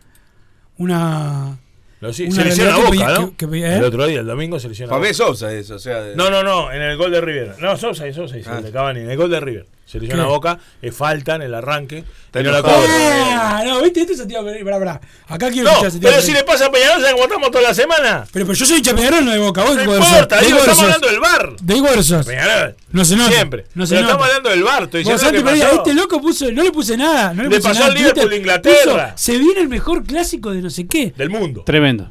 Speaker 3: una
Speaker 5: Lo sí,
Speaker 3: Una
Speaker 5: se lesiona
Speaker 3: realidad que
Speaker 5: Boca,
Speaker 3: pedí-
Speaker 5: ¿no?
Speaker 3: que- que pedí- ¿eh?
Speaker 5: El otro día, el domingo, se lesiona
Speaker 4: Para mí
Speaker 5: Boca.
Speaker 4: es Sosa eso, o sea...
Speaker 5: No, no, no, en el gol de River. No, Sosa, Sosa, Sosa,
Speaker 4: Ah.
Speaker 5: el de Cavani, en el gol de River. se lesiona
Speaker 3: ¿Qué?
Speaker 5: Boca, eh, falta en el arranque.
Speaker 4: Está
Speaker 5: y no la
Speaker 4: enojado.
Speaker 5: cobra.
Speaker 3: Ah, no, viste, esto es Santiago Pereira. Pará, pará. Acá quiero
Speaker 5: No,
Speaker 3: escuchar a Santiago
Speaker 5: pero si
Speaker 3: Pereira.
Speaker 5: le pasa a Peñarol, ya votamos toda la semana.
Speaker 3: Pero, pero yo soy hincha de Peñarol, no de Boca. Vos
Speaker 5: No
Speaker 3: de Guersos,
Speaker 5: importa,
Speaker 3: de
Speaker 5: digo, estamos
Speaker 3: Guersos,
Speaker 5: hablando del bar.
Speaker 3: De Iguersos.
Speaker 5: Peñarol.
Speaker 3: No se nota.
Speaker 5: Siempre.
Speaker 3: No se
Speaker 5: Pero
Speaker 3: nota.
Speaker 5: estamos hablando del bar. Estoy
Speaker 3: Vos,
Speaker 5: diciendo
Speaker 3: Santi
Speaker 5: lo que
Speaker 3: Pereira,
Speaker 5: pasó.
Speaker 3: este loco puso, no le puse nada. No le,
Speaker 5: Le
Speaker 3: puse
Speaker 5: pasó
Speaker 3: nada.
Speaker 5: al Liverpool
Speaker 3: Twitter
Speaker 5: de Inglaterra.
Speaker 3: puso, se viene el mejor clásico de no sé qué.
Speaker 5: Del mundo.
Speaker 6: Tremendo.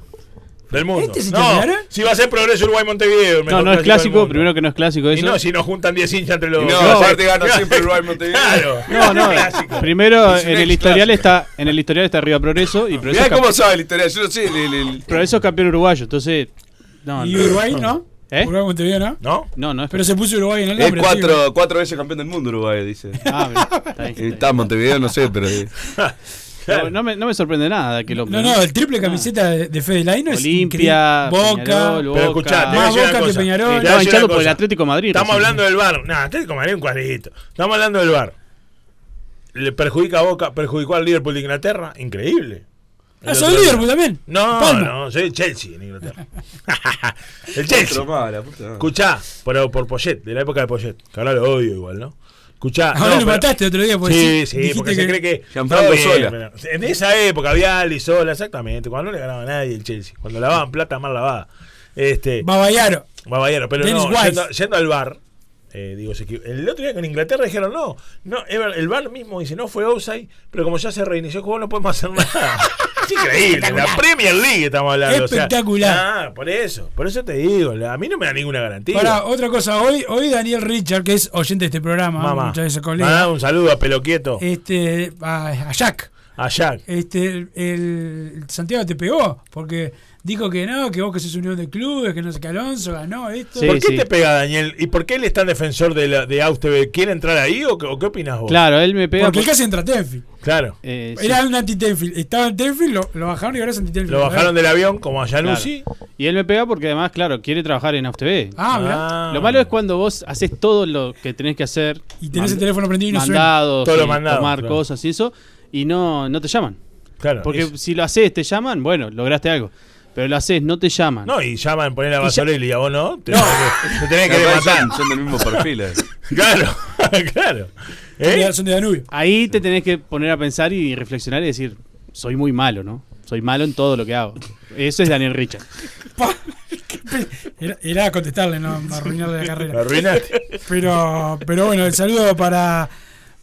Speaker 5: Del mundo.
Speaker 3: ¿Este se
Speaker 5: no,
Speaker 3: terminará?
Speaker 5: si va a ser progreso Uruguay Montevideo.
Speaker 6: No,
Speaker 5: el mejor
Speaker 6: no es
Speaker 5: del
Speaker 6: clásico,
Speaker 5: mundo.
Speaker 6: primero que no es clásico
Speaker 5: Y
Speaker 6: eso.
Speaker 5: no, si nos juntan 10 hinchas entre los
Speaker 4: Y no,
Speaker 5: los-
Speaker 4: aparte gana siempre Uruguay Montevideo.
Speaker 5: Claro.
Speaker 6: No, no.
Speaker 5: Clásico.
Speaker 6: Primero
Speaker 4: Es un
Speaker 6: en el
Speaker 4: ex
Speaker 6: historial
Speaker 4: clásico.
Speaker 6: está en el historial está Riva Progreso y Progreso, es
Speaker 4: Mirá
Speaker 6: campe-
Speaker 4: cómo sabe la historia. Yo no sé. el- el- el-
Speaker 6: Progreso es campeón uruguayo, entonces no,
Speaker 3: Y
Speaker 6: no.
Speaker 3: Uruguay, ¿no?
Speaker 6: ¿Eh?
Speaker 3: Uruguay Montevideo, ¿no?
Speaker 5: ¿No?
Speaker 6: No, no es.
Speaker 3: Pero se puso Uruguay en el
Speaker 4: Es
Speaker 3: nombre. sí.
Speaker 4: cuatro, cuatro veces campeón del mundo Uruguay, dice.
Speaker 6: Ah, pero- está bien, está bien.
Speaker 4: Está en Montevideo, no sé, pero.
Speaker 6: No, no me, no me sorprende nada que lo
Speaker 3: No, no, el triple camiseta de, de Fede Laino es
Speaker 6: Ah. Olimpia,
Speaker 3: increíble. Boca.
Speaker 6: Peñarol,
Speaker 5: Pero escuchá, te voy a
Speaker 3: Más
Speaker 5: decir una
Speaker 3: Boca que
Speaker 5: cosa.
Speaker 3: Peñarol.
Speaker 5: Te voy a
Speaker 6: Estaba
Speaker 5: decir
Speaker 6: hinchado
Speaker 5: una
Speaker 6: por el
Speaker 5: cosa.
Speaker 6: Atlético de Madrid.
Speaker 5: Estamos
Speaker 6: recién.
Speaker 5: hablando del bar. Nah, Atlético de Madrid un cuadrito. Estamos hablando del bar. Le perjudica a Boca, perjudicó al Liverpool de Inglaterra. Increíble.
Speaker 3: Ah,
Speaker 5: El
Speaker 3: son
Speaker 5: otro día.
Speaker 3: Liverpool también.
Speaker 5: No,
Speaker 3: Palma.
Speaker 5: no, soy el Chelsea en Inglaterra. el Chelsea. Escuchá, pero por Poyet, de la época de Poyet. Que ahora lo odio igual, ¿no? Escuchá.
Speaker 3: Ahora
Speaker 5: no,
Speaker 3: lo
Speaker 5: pero-
Speaker 3: mataste otro día porque
Speaker 5: Sí,
Speaker 3: sí,
Speaker 5: sí, porque
Speaker 3: dijiste
Speaker 5: se
Speaker 3: que-
Speaker 5: cree que.
Speaker 4: Gianfranco
Speaker 5: Está bien,
Speaker 4: Sola.
Speaker 5: pero En esa época, Vial Sola, exactamente. Cuando no le ganaba a nadie el Chelsea. Cuando lavaban plata, mal lavada. Este,
Speaker 3: Babayaro.
Speaker 5: Babayero, pero
Speaker 3: Dennis
Speaker 5: no,
Speaker 3: Wise.
Speaker 5: yendo, yendo al bar, eh, digo, se equivo- el otro día con Inglaterra dijeron no, no, Ever- el bar mismo dice no fue offside, pero como ya se reinició el juego no podemos hacer nada. es increíble, la Premier League estamos hablando. o sea,
Speaker 3: Espectacular.
Speaker 5: ah, por eso, por eso te digo, la- a mí no me da ninguna garantía.
Speaker 3: Para otra cosa, hoy, hoy Daniel Richard, que es oyente de este programa,
Speaker 5: Mamá,
Speaker 3: muchas veces colega,
Speaker 5: mandá un saludo a Peloquieto,
Speaker 3: este, a, a Jack,
Speaker 5: a Jack.
Speaker 3: este, el, el Santiago te pegó, porque dijo que no, que vos que sos unión de clubes, que no sé qué Alonso ganó esto.
Speaker 6: Sí.
Speaker 5: ¿Por qué te pega Daniel? ¿Y por qué él es tan defensor de, la, de AUSTV? ¿Quiere entrar ahí o, qué- o qué opinas vos?
Speaker 6: Claro, él me pega.
Speaker 3: Porque
Speaker 6: por-
Speaker 3: él casi entra a Tenfield.
Speaker 5: Claro.
Speaker 6: eh, sí.
Speaker 3: Era un anti-Tenfield. Estaba en Tenfield, lo, lo bajaron y ahora es anti-Tenfield.
Speaker 5: Lo bajaron del avión como a Januzzi.
Speaker 6: Claro. Y él me pega porque además, claro, quiere trabajar en AFTV.
Speaker 3: Ah, mirá.
Speaker 5: Ah.
Speaker 6: Lo malo es cuando vos haces todo lo que tenés que hacer.
Speaker 3: Y tenés el
Speaker 6: Mand-
Speaker 3: teléfono prendido y no suena.
Speaker 6: mandados,
Speaker 5: Todo lo
Speaker 6: y
Speaker 5: mandado,
Speaker 6: tomar
Speaker 5: claro.
Speaker 6: cosas y eso, y no, no te llaman.
Speaker 5: Claro,
Speaker 6: Porque
Speaker 5: es-
Speaker 6: si lo haces, te llaman, bueno, lograste algo. Pero lo haces, no te llaman.
Speaker 5: No, y llaman, ponen la
Speaker 6: Y ya-
Speaker 5: Basorelli y a vos no. Te, te- te tenés que
Speaker 4: Capaz
Speaker 5: levantar.
Speaker 4: son, son del mismo perfil. eh.
Speaker 5: Claro, claro.
Speaker 3: Son
Speaker 5: ¿Eh?
Speaker 3: de- Son de Danubio.
Speaker 6: Ahí te tenés que poner a pensar y reflexionar y decir, soy muy malo, ¿no? Soy malo en todo lo que hago. Eso es Daniel Richard.
Speaker 3: Pa, qué pe- Era, era a contestarle, no no arruinarle la
Speaker 5: Lo
Speaker 3: carrera.
Speaker 5: arruinaste.
Speaker 3: Pero, pero bueno, el saludo para,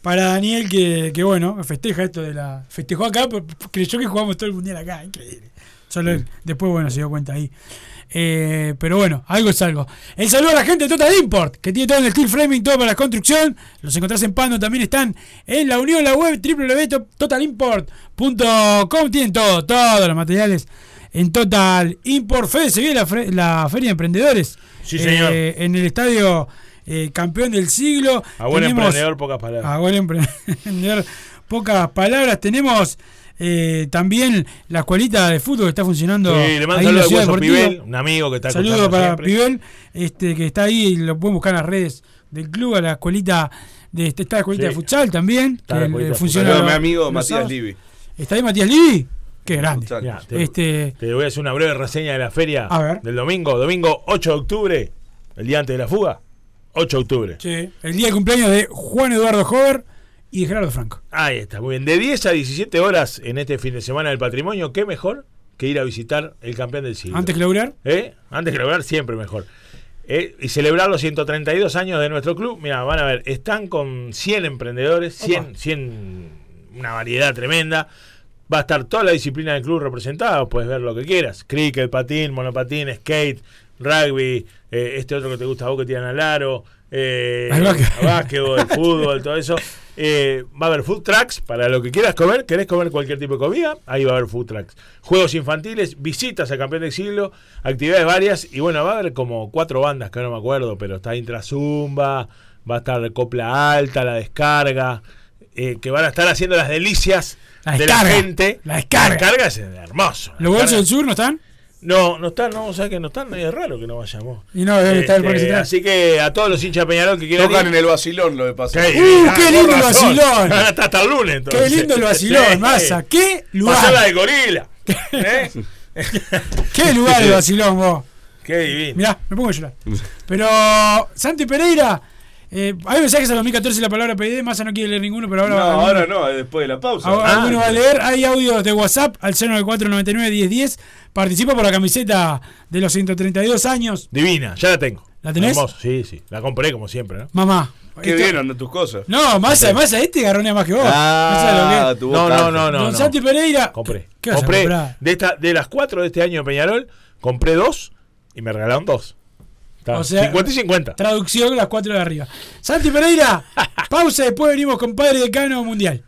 Speaker 3: para Daniel que, que bueno, festeja esto de la. Festejó acá, pero creyó que jugamos todo el mundial acá, increíble. Solo él. Después, bueno, se dio cuenta ahí. Eh, pero bueno, algo es algo. El saludo a la gente de Total Import, que tiene todo en el steel framing, todo para la construcción. Los encontrás en Pando, también están en la unión, la web www.totalimport.com. Tienen todo, todos los materiales en Total Import. Fede, se viene la, fre- la Feria de Emprendedores.
Speaker 5: Sí, señor.
Speaker 3: Eh, en el estadio eh, campeón del siglo.
Speaker 5: A buen
Speaker 3: Tenemos-
Speaker 5: emprendedor, pocas palabras.
Speaker 3: a buen emprendedor, pocas palabras. Tenemos eh, también la escuelita de fútbol que está funcionando.
Speaker 5: Sí, le mando
Speaker 3: ahí en la
Speaker 5: saludos a
Speaker 3: Ciudad
Speaker 5: Guaso
Speaker 3: Deportiva.
Speaker 5: Pibel, un amigo que está
Speaker 3: Saludos
Speaker 5: escuchando
Speaker 3: para
Speaker 5: siempre.
Speaker 3: Pibel, este, que está ahí, y lo pueden buscar en las redes del club, a la escuelita de este, está la escuelita
Speaker 5: Sí.
Speaker 3: de futsal también,
Speaker 5: Está la
Speaker 3: que,
Speaker 5: escuelita
Speaker 3: eh,
Speaker 5: de
Speaker 3: funciona
Speaker 4: Saludos a
Speaker 3: los-
Speaker 4: mi amigo
Speaker 3: los
Speaker 4: Matías
Speaker 3: sábados.
Speaker 4: Livi.
Speaker 3: ¿Está ahí Matías Livi? Qué grande.
Speaker 4: Futsal.
Speaker 5: Mirá, te,
Speaker 3: Este,
Speaker 5: te voy a hacer una breve reseña de la feria
Speaker 3: A ver.
Speaker 5: del domingo. Domingo 8 de octubre, el día antes de la fuga. 8 de octubre.
Speaker 3: che, el día de cumpleaños de Juan Eduardo Hover y de Gerardo Franco.
Speaker 5: Ahí está, muy bien. De 10 a 17 horas en este fin de semana del patrimonio, qué mejor que ir a visitar el campeón del siglo.
Speaker 3: Antes que laburar,
Speaker 5: ¿Eh? Antes que lograr, siempre mejor. Eh, y celebrar los 132 años de nuestro club. Mira, van a ver, están con 100 emprendedores, 100, 100, una variedad tremenda. Va a estar toda la disciplina del club representada, puedes ver lo que quieras. Cricket, patín, monopatín, skate, rugby, eh, este otro que te gusta a vos que tiran al aro, eh,
Speaker 3: Al básquet.
Speaker 5: básquetbol, fútbol, todo eso. Eh, va a haber food trucks para lo que quieras comer, querés comer cualquier tipo de comida, ahí va a haber food trucks. Juegos infantiles, visitas a campeón del siglo, actividades varias y bueno, va a haber como cuatro bandas que ahora no me acuerdo, pero está Intrazumba, va a estar Copla Alta, La Descarga, eh, que van a estar haciendo las delicias
Speaker 3: La
Speaker 5: de la
Speaker 3: descarga,
Speaker 5: gente.
Speaker 3: la descarga.
Speaker 5: descarga es hermoso. la
Speaker 3: los bolsos
Speaker 5: descarga-
Speaker 3: del sur no están.
Speaker 5: No, no están, no, o sea que no están, es raro que no vayamos.
Speaker 3: Y no, debe estar el
Speaker 5: Este,
Speaker 3: Parque Central.
Speaker 5: así que a todos los hinchas de Peñarol que quieran
Speaker 4: Tocan
Speaker 5: ir-
Speaker 4: en el vacilón lo de pasar.
Speaker 5: Sí,
Speaker 3: ¡Uh,
Speaker 5: ah,
Speaker 3: qué
Speaker 5: con
Speaker 3: lindo el
Speaker 5: razón.
Speaker 3: vacilón!
Speaker 5: Hasta, hasta el lunes, entonces.
Speaker 3: Qué lindo el vacilón,
Speaker 5: Sí.
Speaker 3: masa. Qué lugar.
Speaker 5: Pasala de gorila. ¿Eh?
Speaker 3: Qué lugar el vacilón, vos.
Speaker 5: Qué divino.
Speaker 3: Mirá, me pongo a llorar. Pero, Santi Pereira, Eh, hay mensajes a 2014 la palabra PD, Massa no quiere leer ninguno, pero ahora
Speaker 4: no,
Speaker 3: alguno-
Speaker 4: ahora no, es después de la pausa.
Speaker 3: Ahora
Speaker 4: Ah,
Speaker 3: alguno va a leer. Hay audios de WhatsApp al 094991010. Participa por la camiseta de los 132 años.
Speaker 5: Divina, ya la tengo.
Speaker 3: ¿La tenés?
Speaker 5: Hermoso, sí, sí. La compré como siempre, ¿no?
Speaker 3: Mamá.
Speaker 4: Qué
Speaker 3: Esto-
Speaker 4: bien andan tus cosas. Ah,
Speaker 3: No, Massa, Massa, este garronea más que vos. No sabés lo que es.
Speaker 4: tu
Speaker 5: No,
Speaker 4: boca.
Speaker 5: no, no, no.
Speaker 3: Don
Speaker 5: no.
Speaker 3: Santi Pereira.
Speaker 5: Compré.
Speaker 3: ¿Qué vas a
Speaker 5: compré.
Speaker 3: comprar?
Speaker 5: De, esta, de las cuatro de este año de Peñarol, compré dos y me regalaron dos. Está,
Speaker 3: O sea,
Speaker 5: 50 y 50.
Speaker 3: Traducción, las cuatro de arriba. Santi Pereira, pausa, después venimos con Padre Decano Mundial.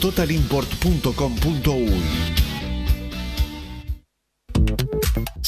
Speaker 7: www.totalimport.com.uy.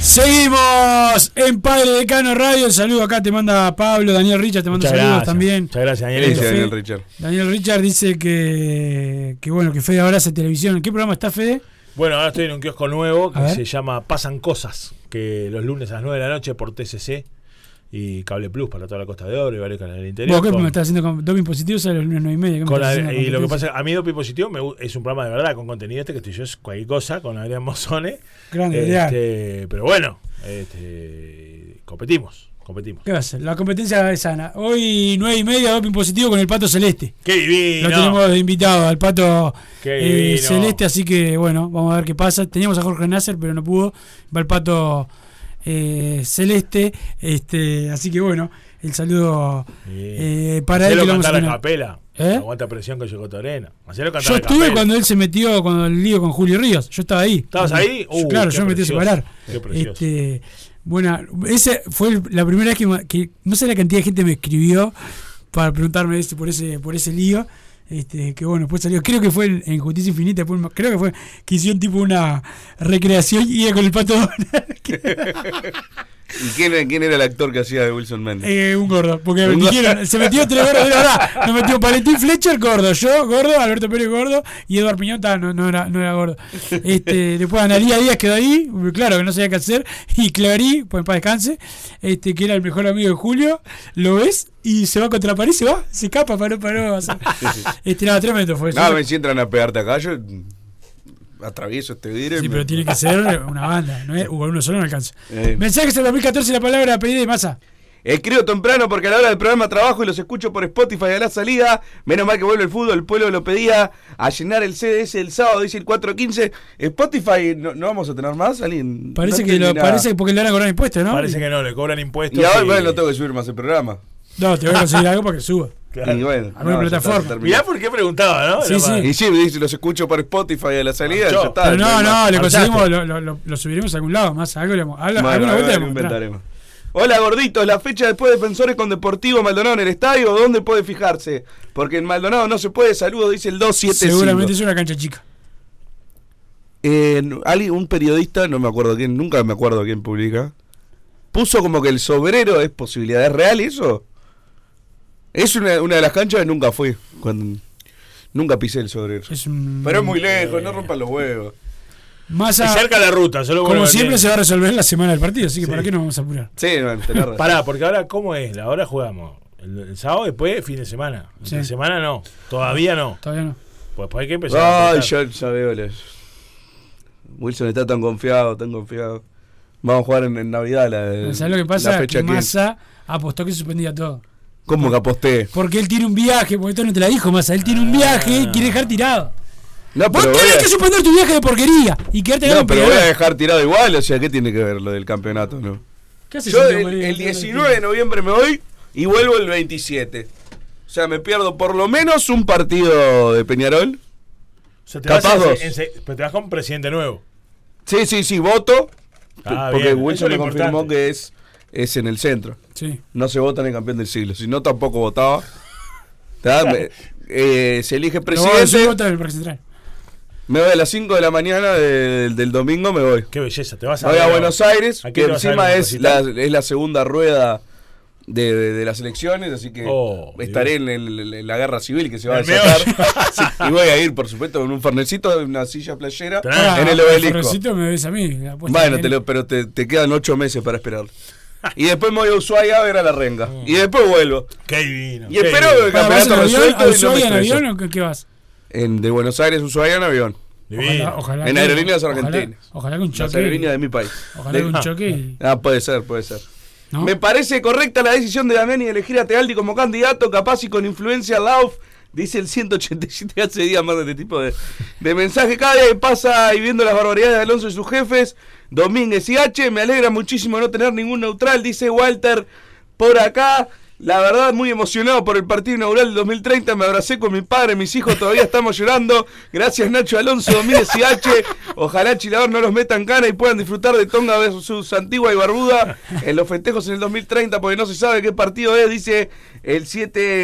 Speaker 3: Seguimos en Padre Decano Radio. El saludo acá te manda Pablo, Daniel Richard te manda
Speaker 5: Muchas
Speaker 3: saludos
Speaker 5: gracias.
Speaker 3: también.
Speaker 5: Muchas gracias, Daniel.
Speaker 4: Gracias,
Speaker 3: Fe-
Speaker 4: Daniel Richard.
Speaker 3: Daniel Richard dice que, que bueno, que Fede abraza televisión. ¿En qué programa está Fede?
Speaker 5: Bueno, ahora estoy en un kiosco nuevo
Speaker 3: A
Speaker 5: que
Speaker 3: ver.
Speaker 5: se llama Pasan Cosas, que los lunes a las 9 de la noche por TCC y Cable Plus para toda la Costa de Oro y varios canales del interior.
Speaker 3: Vos ¿qué
Speaker 5: con-
Speaker 3: me estás haciendo con doping positivo sale los lunes 9 y media. ¿qué me
Speaker 5: con
Speaker 3: estás haciendo
Speaker 5: la- y lo que
Speaker 3: competencia?
Speaker 5: pasa, a mí Doping Positivo me gu- es un programa de verdad con contenido este que estoy yo, es cualquier cosa, con Adrián Mozone.
Speaker 3: Grande,
Speaker 5: este, Pero bueno, este, competimos, competimos.
Speaker 3: ¿Qué va a ser? La competencia es sana. Hoy 9 y media, doping positivo con el pato celeste.
Speaker 5: ¡Qué divino!
Speaker 3: Lo tenemos de invitado al pato
Speaker 5: Qué
Speaker 3: eh,
Speaker 5: divino.
Speaker 3: celeste, así que bueno, vamos a ver qué pasa. Teníamos a Jorge Nasser, pero no pudo. Va el pato eh, celeste. Este, así que bueno, el saludo eh, para él.
Speaker 5: Hacelo
Speaker 3: que lo vamos a
Speaker 5: cantar a
Speaker 3: tener.
Speaker 5: capela.
Speaker 3: ¿Eh?
Speaker 5: Aguanta presión que llegó Torena. Hacelo cantar
Speaker 3: Yo
Speaker 5: a
Speaker 3: estuve
Speaker 5: capela.
Speaker 3: cuando él se metió con el lío con Julio Ríos. Yo estaba ahí.
Speaker 5: ¿Estabas ahí?
Speaker 3: Yo-
Speaker 5: Uh,
Speaker 3: claro,
Speaker 5: qué
Speaker 3: yo me metí a
Speaker 5: precioso,
Speaker 3: separar.
Speaker 5: qué precioso.
Speaker 3: Este, buena, esa fue el- la primera vez que, ma- que- no sé la cantidad de gente me escribió para preguntarme ese- por ese por ese lío. Este, que bueno, después salió, creo que fue en, en Justicia Infinita, después ma- creo que fue que hicieron tipo una recreación y iba con el pato Donald, que-
Speaker 4: ¿Y quién, era- quién era el actor que hacía de Wilson Mendes?
Speaker 3: eh, un gordo, porque
Speaker 4: Un gordo.
Speaker 3: dijeron, se metió tres gordos de la verdad, nos metió Valentín Fletcher gordo, yo gordo, Alberto Pérez gordo y Eduardo Piñón ta, no, no era, no era gordo. Este, después Analía Díaz quedó ahí, claro que no sabía qué hacer, y Clarí, pues en paz descanse, este, que era el mejor amigo de Julio, lo ves y se va contra la pared, se va, se escapa, paró, paró. o sea, Este, nada, tremendo fue eso.
Speaker 4: No, me si entran a pegarte acá, yo mm, atravieso este vidrio. y
Speaker 3: Sí,
Speaker 4: me-
Speaker 3: pero tiene que ser una banda, ¿no es? Uno solo no alcanza.
Speaker 4: Eh.
Speaker 3: Mensajes en 2014 la palabra pedí de masa.
Speaker 4: Escribo temprano porque a la hora del programa trabajo y los escucho por Spotify a la salida. Menos mal que vuelve el fútbol, el pueblo lo pedía a llenar el CDS el sábado, dice el 415. Spotify, ¿no, no vamos a tener más? ¿Alguien?
Speaker 3: Parece
Speaker 4: No
Speaker 3: que lo,
Speaker 4: entendí nada.
Speaker 3: parece porque le van a cobrar impuestos, ¿no?
Speaker 5: Parece que no, le cobran impuestos.
Speaker 4: Y ahora
Speaker 5: y-
Speaker 4: bueno, no tengo que subir más el programa.
Speaker 3: No, te voy a conseguir algo para que suba.
Speaker 4: Y bueno,
Speaker 3: Alguna
Speaker 4: no, ya está,
Speaker 3: plataforma.
Speaker 4: terminó.
Speaker 5: Mirá por qué preguntaba, ¿no? Era para-
Speaker 4: Y sí, me dice, los escucho por Spotify a la salida,
Speaker 5: Marchó.
Speaker 4: ya está.
Speaker 3: Pero no,
Speaker 4: hay
Speaker 3: no,
Speaker 4: más.
Speaker 3: le conseguimos, lo, lo- lo- lo subiremos a algún lado, más algo le vamos- algo-
Speaker 4: Bueno,
Speaker 3: alguna vuelta le
Speaker 4: algo
Speaker 3: vamos a mostrar.
Speaker 4: inventaremos. Hola gorditos, la fecha después de Defensores con Deportivo Maldonado en el estadio, ¿dónde puede fijarse? Porque en Maldonado no se puede, saludo, dice el 275.
Speaker 3: Seguramente es una cancha chica.
Speaker 4: Eh, n- alguien- un periodista, no me acuerdo quién, nunca me acuerdo quién publica, puso como que el sobrero es posibilidad. ¿Es real eso? Es una, una de las canchas que nunca fui. cuando- nunca pisé el sobrero. Pero es muy lejos, no rompan los huevos.
Speaker 3: Más
Speaker 5: Y cerca la ruta, solo bueno
Speaker 3: Como
Speaker 5: que
Speaker 3: siempre
Speaker 5: tiene.
Speaker 3: se va a resolver la semana del partido, así que ¿para qué nos vamos a apurar?
Speaker 4: Sí,
Speaker 5: Pará, porque ahora, ¿cómo es? Ahora jugamos. El, el sábado después, fin de semana. Fin de semana no. Todavía no.
Speaker 3: Todavía no.
Speaker 5: Pues después hay que empezar. a
Speaker 4: Ay,
Speaker 5: apretar.
Speaker 4: yo ya veo. les- Wilson está tan confiado, tan confiado. Vamos a jugar en, en Navidad la,
Speaker 3: ¿Sabes lo que
Speaker 4: Eh, la
Speaker 3: pasa?
Speaker 4: fecha
Speaker 3: Que
Speaker 4: que-
Speaker 3: Massa apostó que suspendía todo.
Speaker 4: ¿Cómo que aposté?
Speaker 3: Porque él tiene un viaje, porque esto no te la dijo Massa, él tiene un viaje y quiere dejar tirado.
Speaker 4: No,
Speaker 3: Vos
Speaker 4: Ah, pero voy
Speaker 3: tenés
Speaker 4: a-
Speaker 3: que suspender tu viaje de porquería y quedarte
Speaker 4: No,
Speaker 3: ganando
Speaker 4: pero
Speaker 3: un
Speaker 4: voy a
Speaker 3: Peñarol.
Speaker 4: dejar tirado igual, o sea, ¿qué tiene que ver lo del campeonato, no?
Speaker 3: ¿Qué haces
Speaker 4: Yo
Speaker 3: un
Speaker 4: el,
Speaker 3: Peñarol?
Speaker 4: el 19 de noviembre me voy y vuelvo el 27. O sea, me pierdo por lo menos un partido de Peñarol.
Speaker 5: O sea, te vas
Speaker 4: capaz
Speaker 5: en se-
Speaker 4: dos.
Speaker 5: en se- pero te vas con presidente nuevo.
Speaker 4: Sí, sí, sí, voto.
Speaker 5: Ah,
Speaker 4: porque
Speaker 5: bien, eso
Speaker 4: Wilson
Speaker 5: es
Speaker 4: me
Speaker 5: lo
Speaker 4: confirmó que es, es en el centro.
Speaker 3: Sí.
Speaker 4: No se vota en el campeón del siglo. Si no, tampoco votaba. Ta, me- eh, se elige presidente.
Speaker 3: No, vota en el Parque Central.
Speaker 4: Me voy a las 5 de la mañana del, del domingo, me voy.
Speaker 5: Qué belleza, te vas a
Speaker 4: Voy a
Speaker 5: ver-
Speaker 4: Buenos Aires,
Speaker 5: ¿A qué
Speaker 4: que
Speaker 5: te vas a ver
Speaker 4: encima
Speaker 5: en el
Speaker 4: es la,
Speaker 5: recital?
Speaker 4: es la segunda rueda de, de- de las elecciones, así que
Speaker 5: Oh,
Speaker 4: estaré en, el- en la guerra civil que se va a
Speaker 5: El meollo.
Speaker 4: desatar. Sí, y voy a ir, por supuesto, con un farnecito, una silla playera,
Speaker 3: Ah,
Speaker 4: en el obelisco.
Speaker 3: forrecito me ves a mí. la apuesta
Speaker 4: Bueno,
Speaker 3: que
Speaker 4: te
Speaker 3: tenés.
Speaker 4: lo- pero te, te quedan 8 meses para esperar. Y después me voy a Ushuaia a ver a la renga. Y después vuelvo.
Speaker 5: Qué divino.
Speaker 4: Y espero que el
Speaker 3: Pará, ¿vas en
Speaker 4: campeonato
Speaker 3: avión?
Speaker 4: resuelto
Speaker 3: ¿A
Speaker 4: y no me
Speaker 3: Ushuaia en
Speaker 4: estreso.
Speaker 3: avión o qué- qué vas?
Speaker 4: En, de Buenos Aires, Ushuaia en avión.
Speaker 3: Ojalá, ojalá
Speaker 4: en
Speaker 3: que-
Speaker 4: aerolíneas
Speaker 3: ojalá-
Speaker 4: argentinas.
Speaker 3: Ojalá que un
Speaker 4: Las
Speaker 3: choque.
Speaker 4: aerolíneas de mi país.
Speaker 3: Ojalá
Speaker 4: De-
Speaker 3: que un choque. y-
Speaker 4: Ah, puede ser, puede ser.
Speaker 3: ¿No?
Speaker 4: Me parece correcta la decisión de Damiani de elegir a Tealdi como candidato, capaz y con influencia Lauf. Dice el 187 hace días más de este tipo de, de mensaje. Cada día que pasa y viendo las barbaridades de Alonso y sus jefes, Domínguez y H. Me alegra muchísimo no tener ningún neutral, dice Walter por acá. La verdad, muy emocionado por el partido inaugural del 2030. Me abracé con mi padre, mis hijos todavía estamos llorando. Gracias, Nacho Alonso, Domínguez y H. Ojalá Chilador no los metan cana y puedan disfrutar de Tonga versus Antigua y Barbuda en los festejos en el 2030, porque no se sabe qué partido es, dice el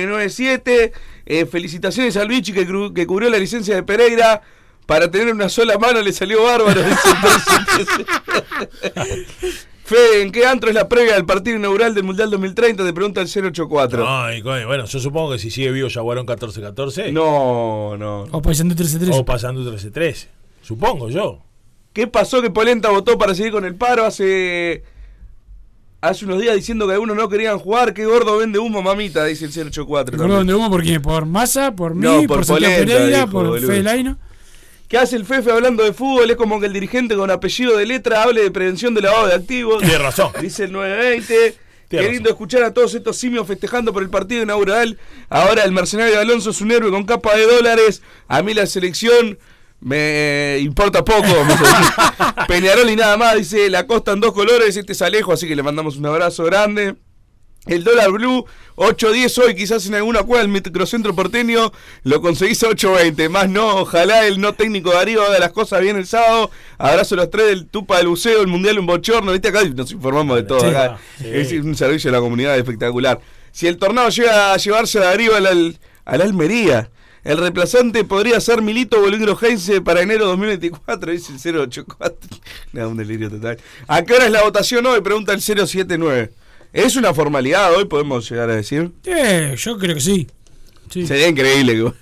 Speaker 4: 797. Eh, felicitaciones a Luigi que, cru- que cubrió la licencia de Pereira. Para tener una sola mano le salió bárbaro. dice el 377. Fede, ¿en qué antro es la previa del partido inaugural del Mundial 2030? Te pregunta el 084.
Speaker 5: Ay, coño, bueno, yo supongo que si sigue vivo Jaguarón 14-14.
Speaker 4: No, no.
Speaker 3: O pasando 13-13.
Speaker 5: O pasando 13-13. Supongo yo.
Speaker 4: ¿Qué pasó que Polenta votó para seguir con el paro hace. Hace unos días diciendo que algunos no querían jugar? ¿Qué gordo vende humo, mamita? Dice el 084.
Speaker 3: Gordo
Speaker 4: también.
Speaker 3: de humo por quién? Por Massa, por mí,
Speaker 4: No, por
Speaker 3: por, Santiago
Speaker 4: Polenta,
Speaker 3: Pereira,
Speaker 4: dijo,
Speaker 3: por
Speaker 4: boludo.
Speaker 3: Fede Laino.
Speaker 4: ¿Qué hace el Fefe hablando de fútbol? Es como que el dirigente con apellido de letra hable de prevención de lavado de activos.
Speaker 5: Tiene razón.
Speaker 4: Dice el 920.
Speaker 5: Tiene
Speaker 4: Queriendo escuchar a todos estos simios festejando por el partido inaugural. Ahora el mercenario Alonso es un héroe con capa de dólares. A mí la selección me eh, importa poco. me dice. Peñarol y nada más. Dice la costa en dos colores. Este es Alejo, así que le mandamos un abrazo grande. El dólar blue, 8.10 hoy, quizás en alguna cueva del microcentro porteño, lo conseguís a 8.20. Más no, ojalá el no técnico Darío haga las cosas bien el sábado. Abrazo a los tres del Tupa del Buceo, el Mundial un bochorno. Viste, acá nos informamos de todo.
Speaker 5: Sí,
Speaker 4: acá.
Speaker 5: sí.
Speaker 4: Es un servicio a la comunidad espectacular. Si el tornado llega a llevarse a Darío al, al- a la Almería, el reemplazante podría ser Milito Bolígrafo Gense para enero 2024, dice el 084. Nada, un delirio total. ¿A qué hora es la votación hoy? Pregunta el 079. ¿Es una formalidad hoy, podemos llegar a decir?
Speaker 3: Eh, yo creo que sí. Sí.
Speaker 4: Sería increíble que...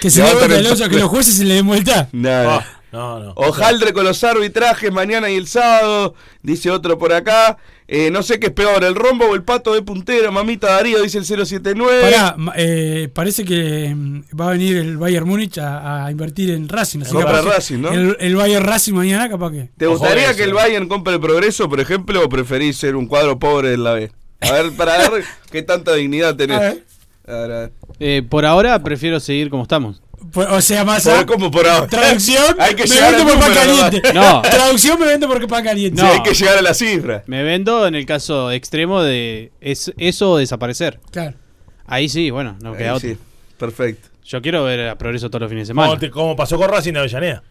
Speaker 3: Que se le vote a Alonso, que Ah. los jueces se le den vuelta.
Speaker 4: Nada.
Speaker 5: Ah, No, no.
Speaker 4: Ojaldre con los arbitrajes mañana y el sábado, dice otro por acá. Eh, no sé qué es peor, el rombo o el pato de puntero, mamita Darío, dice el 079.
Speaker 3: Pará, ma- eh, parece que mm, va a venir el Bayern Múnich a, a invertir en Racing. así
Speaker 4: No,
Speaker 3: capaz
Speaker 4: para
Speaker 3: que
Speaker 4: Racing, ¿no?
Speaker 3: El, el Bayern Racing mañana, capaz que.
Speaker 4: ¿Te gustaría que el Bayern compre el progreso, por ejemplo, o preferís ser un cuadro pobre en la B? A ver, para ver qué tanta dignidad tenés.
Speaker 3: A ver.
Speaker 4: A ver, a ver.
Speaker 6: Eh, por ahora prefiero seguir como estamos.
Speaker 3: Por- Pues, O sea, Massa.
Speaker 4: Por- como por ahora.
Speaker 3: Traducción.
Speaker 4: Hay que
Speaker 3: me
Speaker 4: llegar
Speaker 3: vendo por
Speaker 4: al
Speaker 3: pan
Speaker 4: número, nomás.
Speaker 3: caliente.
Speaker 6: No.
Speaker 3: Traducción me vendo por pan caliente.
Speaker 6: No.
Speaker 4: hay que llegar a la cifra.
Speaker 6: Me vendo en el caso extremo de es- eso o desaparecer.
Speaker 3: Claro.
Speaker 6: Ahí sí, bueno, no queda
Speaker 4: Ahí
Speaker 6: otro.
Speaker 4: sí, Perfecto.
Speaker 6: Yo quiero ver a Progreso todos los fines de
Speaker 5: Como,
Speaker 6: semana.
Speaker 5: te- como pasó con Racing de Avellaneda.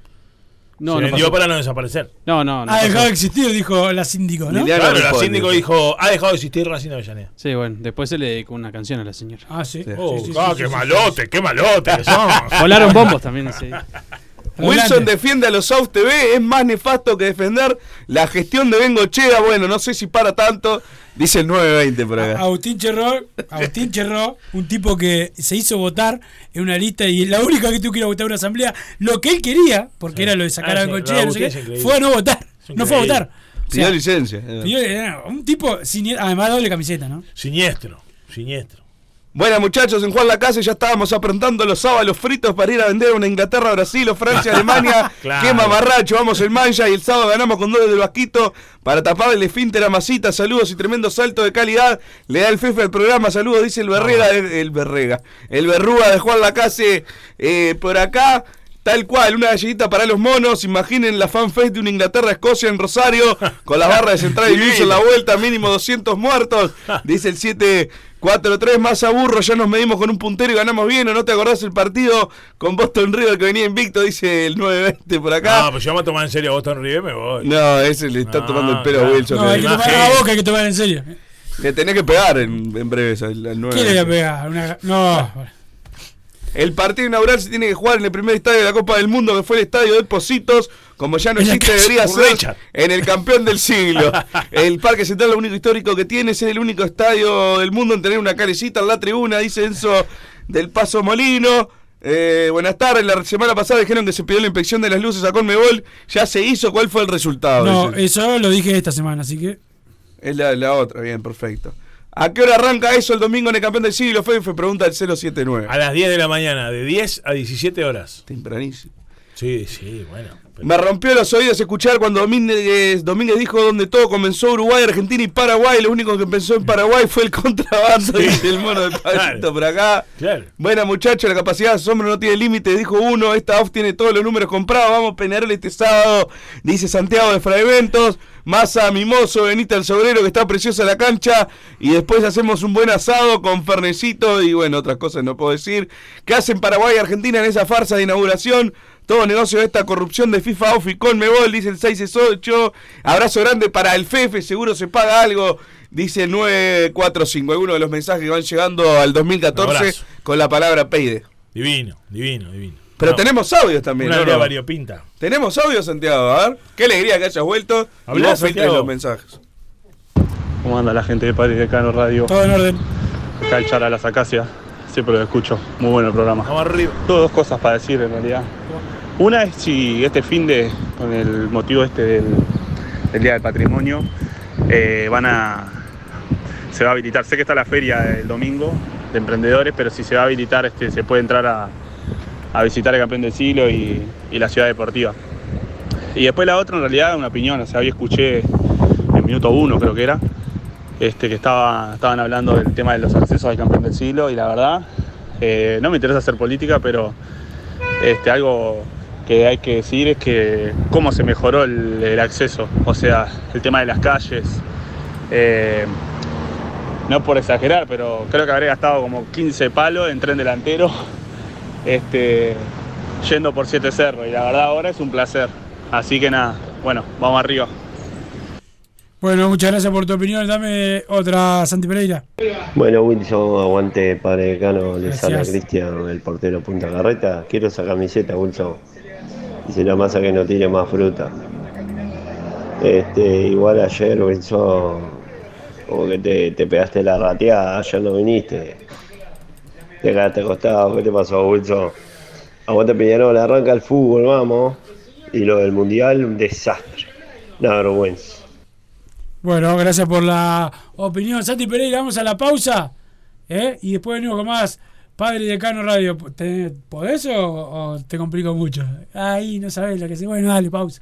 Speaker 6: No,
Speaker 5: No, se
Speaker 6: no
Speaker 5: vendió
Speaker 6: pasó.
Speaker 5: para Ah, no desaparecer.
Speaker 6: No, no, no.
Speaker 3: ha
Speaker 6: pasó.
Speaker 3: dejado de existir, dijo la síndico, ¿no?
Speaker 5: claro, la síndico dijo, ha dejado de existir Racing de Avellaneda.
Speaker 6: Sí, bueno, después se le dedicó una canción a la señora.
Speaker 3: Ah, sí.
Speaker 5: Oh,
Speaker 3: Sí, sí,
Speaker 5: ah,
Speaker 3: sí,
Speaker 5: qué
Speaker 3: sí, sí,
Speaker 5: malote,
Speaker 3: sí.
Speaker 5: qué malote que son.
Speaker 6: Volaron bombos también ese día.
Speaker 4: Wilson defiende a los South TV, es más nefasto que defender la gestión de Bengochea. Bueno, no sé si para tanto. Dice el 920 por acá.
Speaker 3: Agustín Cherró, Agustín Cherró, un tipo que se hizo votar en una lista y la única que tuvo que ir a votar a una asamblea, lo que él quería, porque era lo de sacar
Speaker 5: Ah,
Speaker 3: a
Speaker 5: sí,
Speaker 3: Bengochea, no
Speaker 5: Agustín
Speaker 3: sé
Speaker 5: es
Speaker 3: qué,
Speaker 5: increíble.
Speaker 3: fue a no votar, no fue a
Speaker 5: increíble.
Speaker 3: votar. O
Speaker 4: Pidió
Speaker 3: sea,
Speaker 4: licencia.
Speaker 3: pidió- era un tipo, sin- además doble camiseta, ¿no?
Speaker 5: Siniestro, siniestro.
Speaker 4: Bueno, muchachos, en Juan la Casa ya estábamos aprontando los sábados fritos para ir a vender a una Inglaterra, Brasil o Francia, Alemania.
Speaker 5: Claro.
Speaker 4: Qué mamarracho, vamos el mancha y el sábado ganamos con dos del Vasquito para tapar el esfínter a Masita. Saludos y tremendo salto de calidad. Le da el fefe al programa, saludos, dice el Berrega, el, el Berrega, el Berruga de Juan la eh, por acá. Tal cual, una galletita para los monos. Imaginen la fanfest de una Inglaterra-Escocia en Rosario, con las barras de Central y Luis en la vuelta, mínimo 200 muertos. Dice el 7-4-3, más aburro. Ya nos medimos con un puntero y ganamos bien. ¿O no te acordás el partido con Boston River que venía invicto? Dice el 9-20 por acá.
Speaker 5: No, pues yo me voy a tomar en serio a Boston River, me voy.
Speaker 4: No, ese le está
Speaker 5: No,
Speaker 4: tomando el pelo a
Speaker 5: claro.
Speaker 4: Wilson.
Speaker 3: No, hay que
Speaker 4: Le-
Speaker 3: tomar la boca, hay que tomar en serio.
Speaker 4: Le tenés que pegar en, en breves al, al 9.
Speaker 3: ¿Quién le voy a pegar? Una- no,
Speaker 4: El partido inaugural se tiene que jugar en el primer estadio de la Copa del Mundo, que fue el estadio de Positos. Como ya no
Speaker 5: En la
Speaker 4: existe,
Speaker 5: calle
Speaker 4: debería ser
Speaker 5: Burrecha.
Speaker 4: en el campeón del siglo. El Parque Central, lo único histórico que tiene, es el único estadio del mundo en tener una calecita en la tribuna, dice Enzo del Paso Molino. Eh, buenas tardes, la semana pasada dijeron que se pidió la inspección de las luces a Conmebol. Ya se hizo, ¿cuál fue el resultado?
Speaker 3: no,
Speaker 4: Dice.
Speaker 3: eso lo dije esta semana, así que.
Speaker 4: Es la, la otra, bien, perfecto. ¿A qué hora arranca eso el domingo en el campeón del siglo? Fue, fue pregunta el 079.
Speaker 5: A las 10 de la mañana, de 10 a 17 horas.
Speaker 4: Tempranísimo.
Speaker 5: Sí, sí, bueno. pero-
Speaker 4: Me rompió los oídos escuchar cuando Domínguez, Domínguez dijo donde todo comenzó Uruguay, Argentina y Paraguay. Lo único que pensó en Paraguay fue el contrabando dice el mono del palito por acá.
Speaker 5: Claro.
Speaker 4: Buena muchachos, la capacidad de asombro no tiene límite, dijo uno. Esta off tiene todos los números comprados. Vamos Peñarol este sábado, dice Santiago de Fragmentos. Masa Mimoso, Benita el Sobrero, que está preciosa la cancha. Y después hacemos un buen asado con Fernecito y bueno, otras cosas no puedo decir. ¿Qué hacen Paraguay y Argentina en esa farsa de inauguración? Todo negocio de esta corrupción de FIFA, Ofi, Conmebol, dice el 668. Abrazo grande para el Fefe, seguro se paga algo, dice el 945. Algunos de los mensajes que van llegando al 2014
Speaker 5: Abrazo.
Speaker 4: con la palabra Peide.
Speaker 5: Divino, divino, divino.
Speaker 4: Pero
Speaker 5: No,
Speaker 4: tenemos audios también,
Speaker 5: Una
Speaker 4: ¿no?
Speaker 5: área
Speaker 4: no?
Speaker 5: variopinta.
Speaker 4: Tenemos audios, Santiago. A ver, qué alegría que hayas vuelto. Y
Speaker 5: Hablá,
Speaker 4: vos filtres
Speaker 5: Santiago.
Speaker 4: los mensajes.
Speaker 8: ¿Cómo anda la gente de Padres Decano Radio?
Speaker 3: Todo en orden.
Speaker 8: Acá el Chara Las Acacias, siempre lo escucho. Muy bueno el programa.
Speaker 5: Vamos arriba.
Speaker 8: Tengo dos cosas para decir en realidad. Una es si este fin de, con el motivo este del, del Día del Patrimonio, eh, van a, se va a habilitar. Sé que está la feria el domingo de emprendedores, pero si se va a habilitar, este, se puede entrar a, a visitar el campeón del siglo y, y la ciudad deportiva. Y después la otra, en realidad, una opinión. O sea, hoy escuché en minuto uno, creo que era, este, que estaba, estaban hablando del tema de los accesos al campeón del siglo y la verdad, eh, no me interesa hacer política, pero este, algo que hay que decir es que cómo se mejoró el, el acceso, o sea, el tema de las calles. eh, no por exagerar, pero creo que habré gastado como 15 palos en tren delantero este, yendo por Siete Cerros y la verdad ahora es un placer. Así que nada, bueno, vamos arriba.
Speaker 3: Bueno, muchas gracias por tu opinión. Dame otra, Santi Pereira.
Speaker 9: Bueno, Wilson, aguante Padre Decano, les habla
Speaker 3: Gracias.
Speaker 9: Cristian, el portero Punta Carreta. Quiero esa camiseta, Wilson. Dice la masa que no tiene más fruta. Este, igual ayer, Wilson, como que te, te pegaste la rateada, ayer no viniste. Te quedaste acostado, ¿qué te pasó, Wilson? Aguante Peñarol, arranca el fútbol, vamos. Y lo del mundial, un desastre. Una vergüenza.
Speaker 3: Bueno, gracias por la opinión. Santi Pereira, vamos a la pausa. ¿eh? Y después venimos con más Padre Decano Radio. ¿Te- ¿Podés o, o te complico mucho? Ahí no sabés lo que se. Bueno, dale, pausa.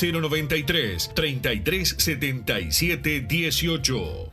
Speaker 10: 093 33 77 18.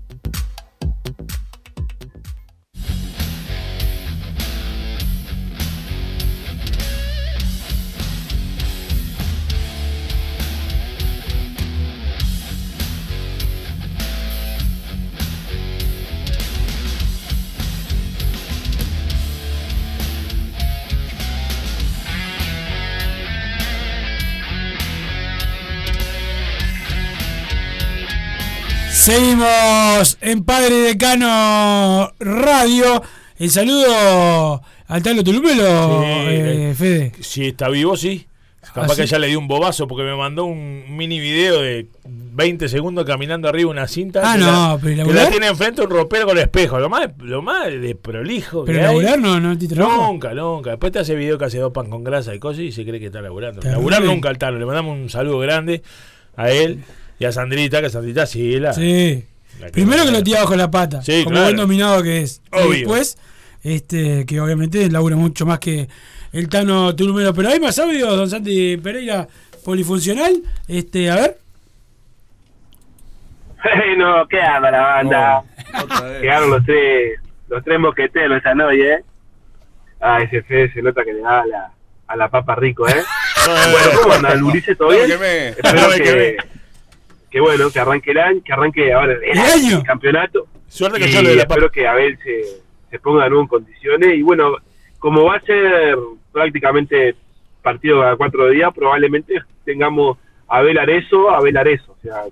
Speaker 3: Seguimos en Padre Decano Radio. El saludo al Talo Tulumelo,
Speaker 5: Sí,
Speaker 3: eh, Fede.
Speaker 5: Si está vivo, sí. Capaz
Speaker 3: Ah,
Speaker 5: que
Speaker 3: sí.
Speaker 5: ya le di un bobazo porque me mandó un mini video de 20 segundos caminando arriba de una cinta.
Speaker 3: Ah,
Speaker 5: que
Speaker 3: no,
Speaker 5: la,
Speaker 3: pero
Speaker 5: que la
Speaker 3: laburar.
Speaker 5: tiene enfrente un ropero con espejo. Lo más, lo más de prolijo.
Speaker 3: Pero
Speaker 5: que hay.
Speaker 3: laburar no, no te trabajo.
Speaker 5: Nunca, nunca. Después te hace video que hace dos pan con grasa y cosas y se cree que está laburando.
Speaker 3: Terrible.
Speaker 5: Laburar nunca al Tano. Le mandamos un saludo grande a él y a Sandrita, que Sandrita sí la.
Speaker 3: Sí.
Speaker 5: la que-
Speaker 3: Primero que lo tira bajo la pata,
Speaker 5: Sí,
Speaker 3: como
Speaker 5: claro.
Speaker 3: buen dominado que es. Y
Speaker 5: Obvio.
Speaker 3: después, este, que obviamente labura mucho más que el Tano Tulumelo. Pero hay más audios, don Santi Pereira, polifuncional. Este, a ver.
Speaker 11: Bueno, ¿qué anda la banda? Llegaron los tres, los tres mosqueteros esta noche, ¿eh? Ah, ese Fede se nota que le da a la, a la papa rico, ¿eh? bueno, ¿cómo anda, Ulises? ¿Todo bien? Espero
Speaker 5: me quemé.
Speaker 11: que, que bueno, que arranque el año, que arranque ahora el, año, el campeonato.
Speaker 5: Suerte que
Speaker 11: Y
Speaker 5: yo lo de la papa.
Speaker 11: Espero que Abel se, se ponga de nuevo en condiciones. Y bueno, como va a ser prácticamente partido a cuatro días, probablemente tengamos Abel Arezo, Abel Arezo. O sea,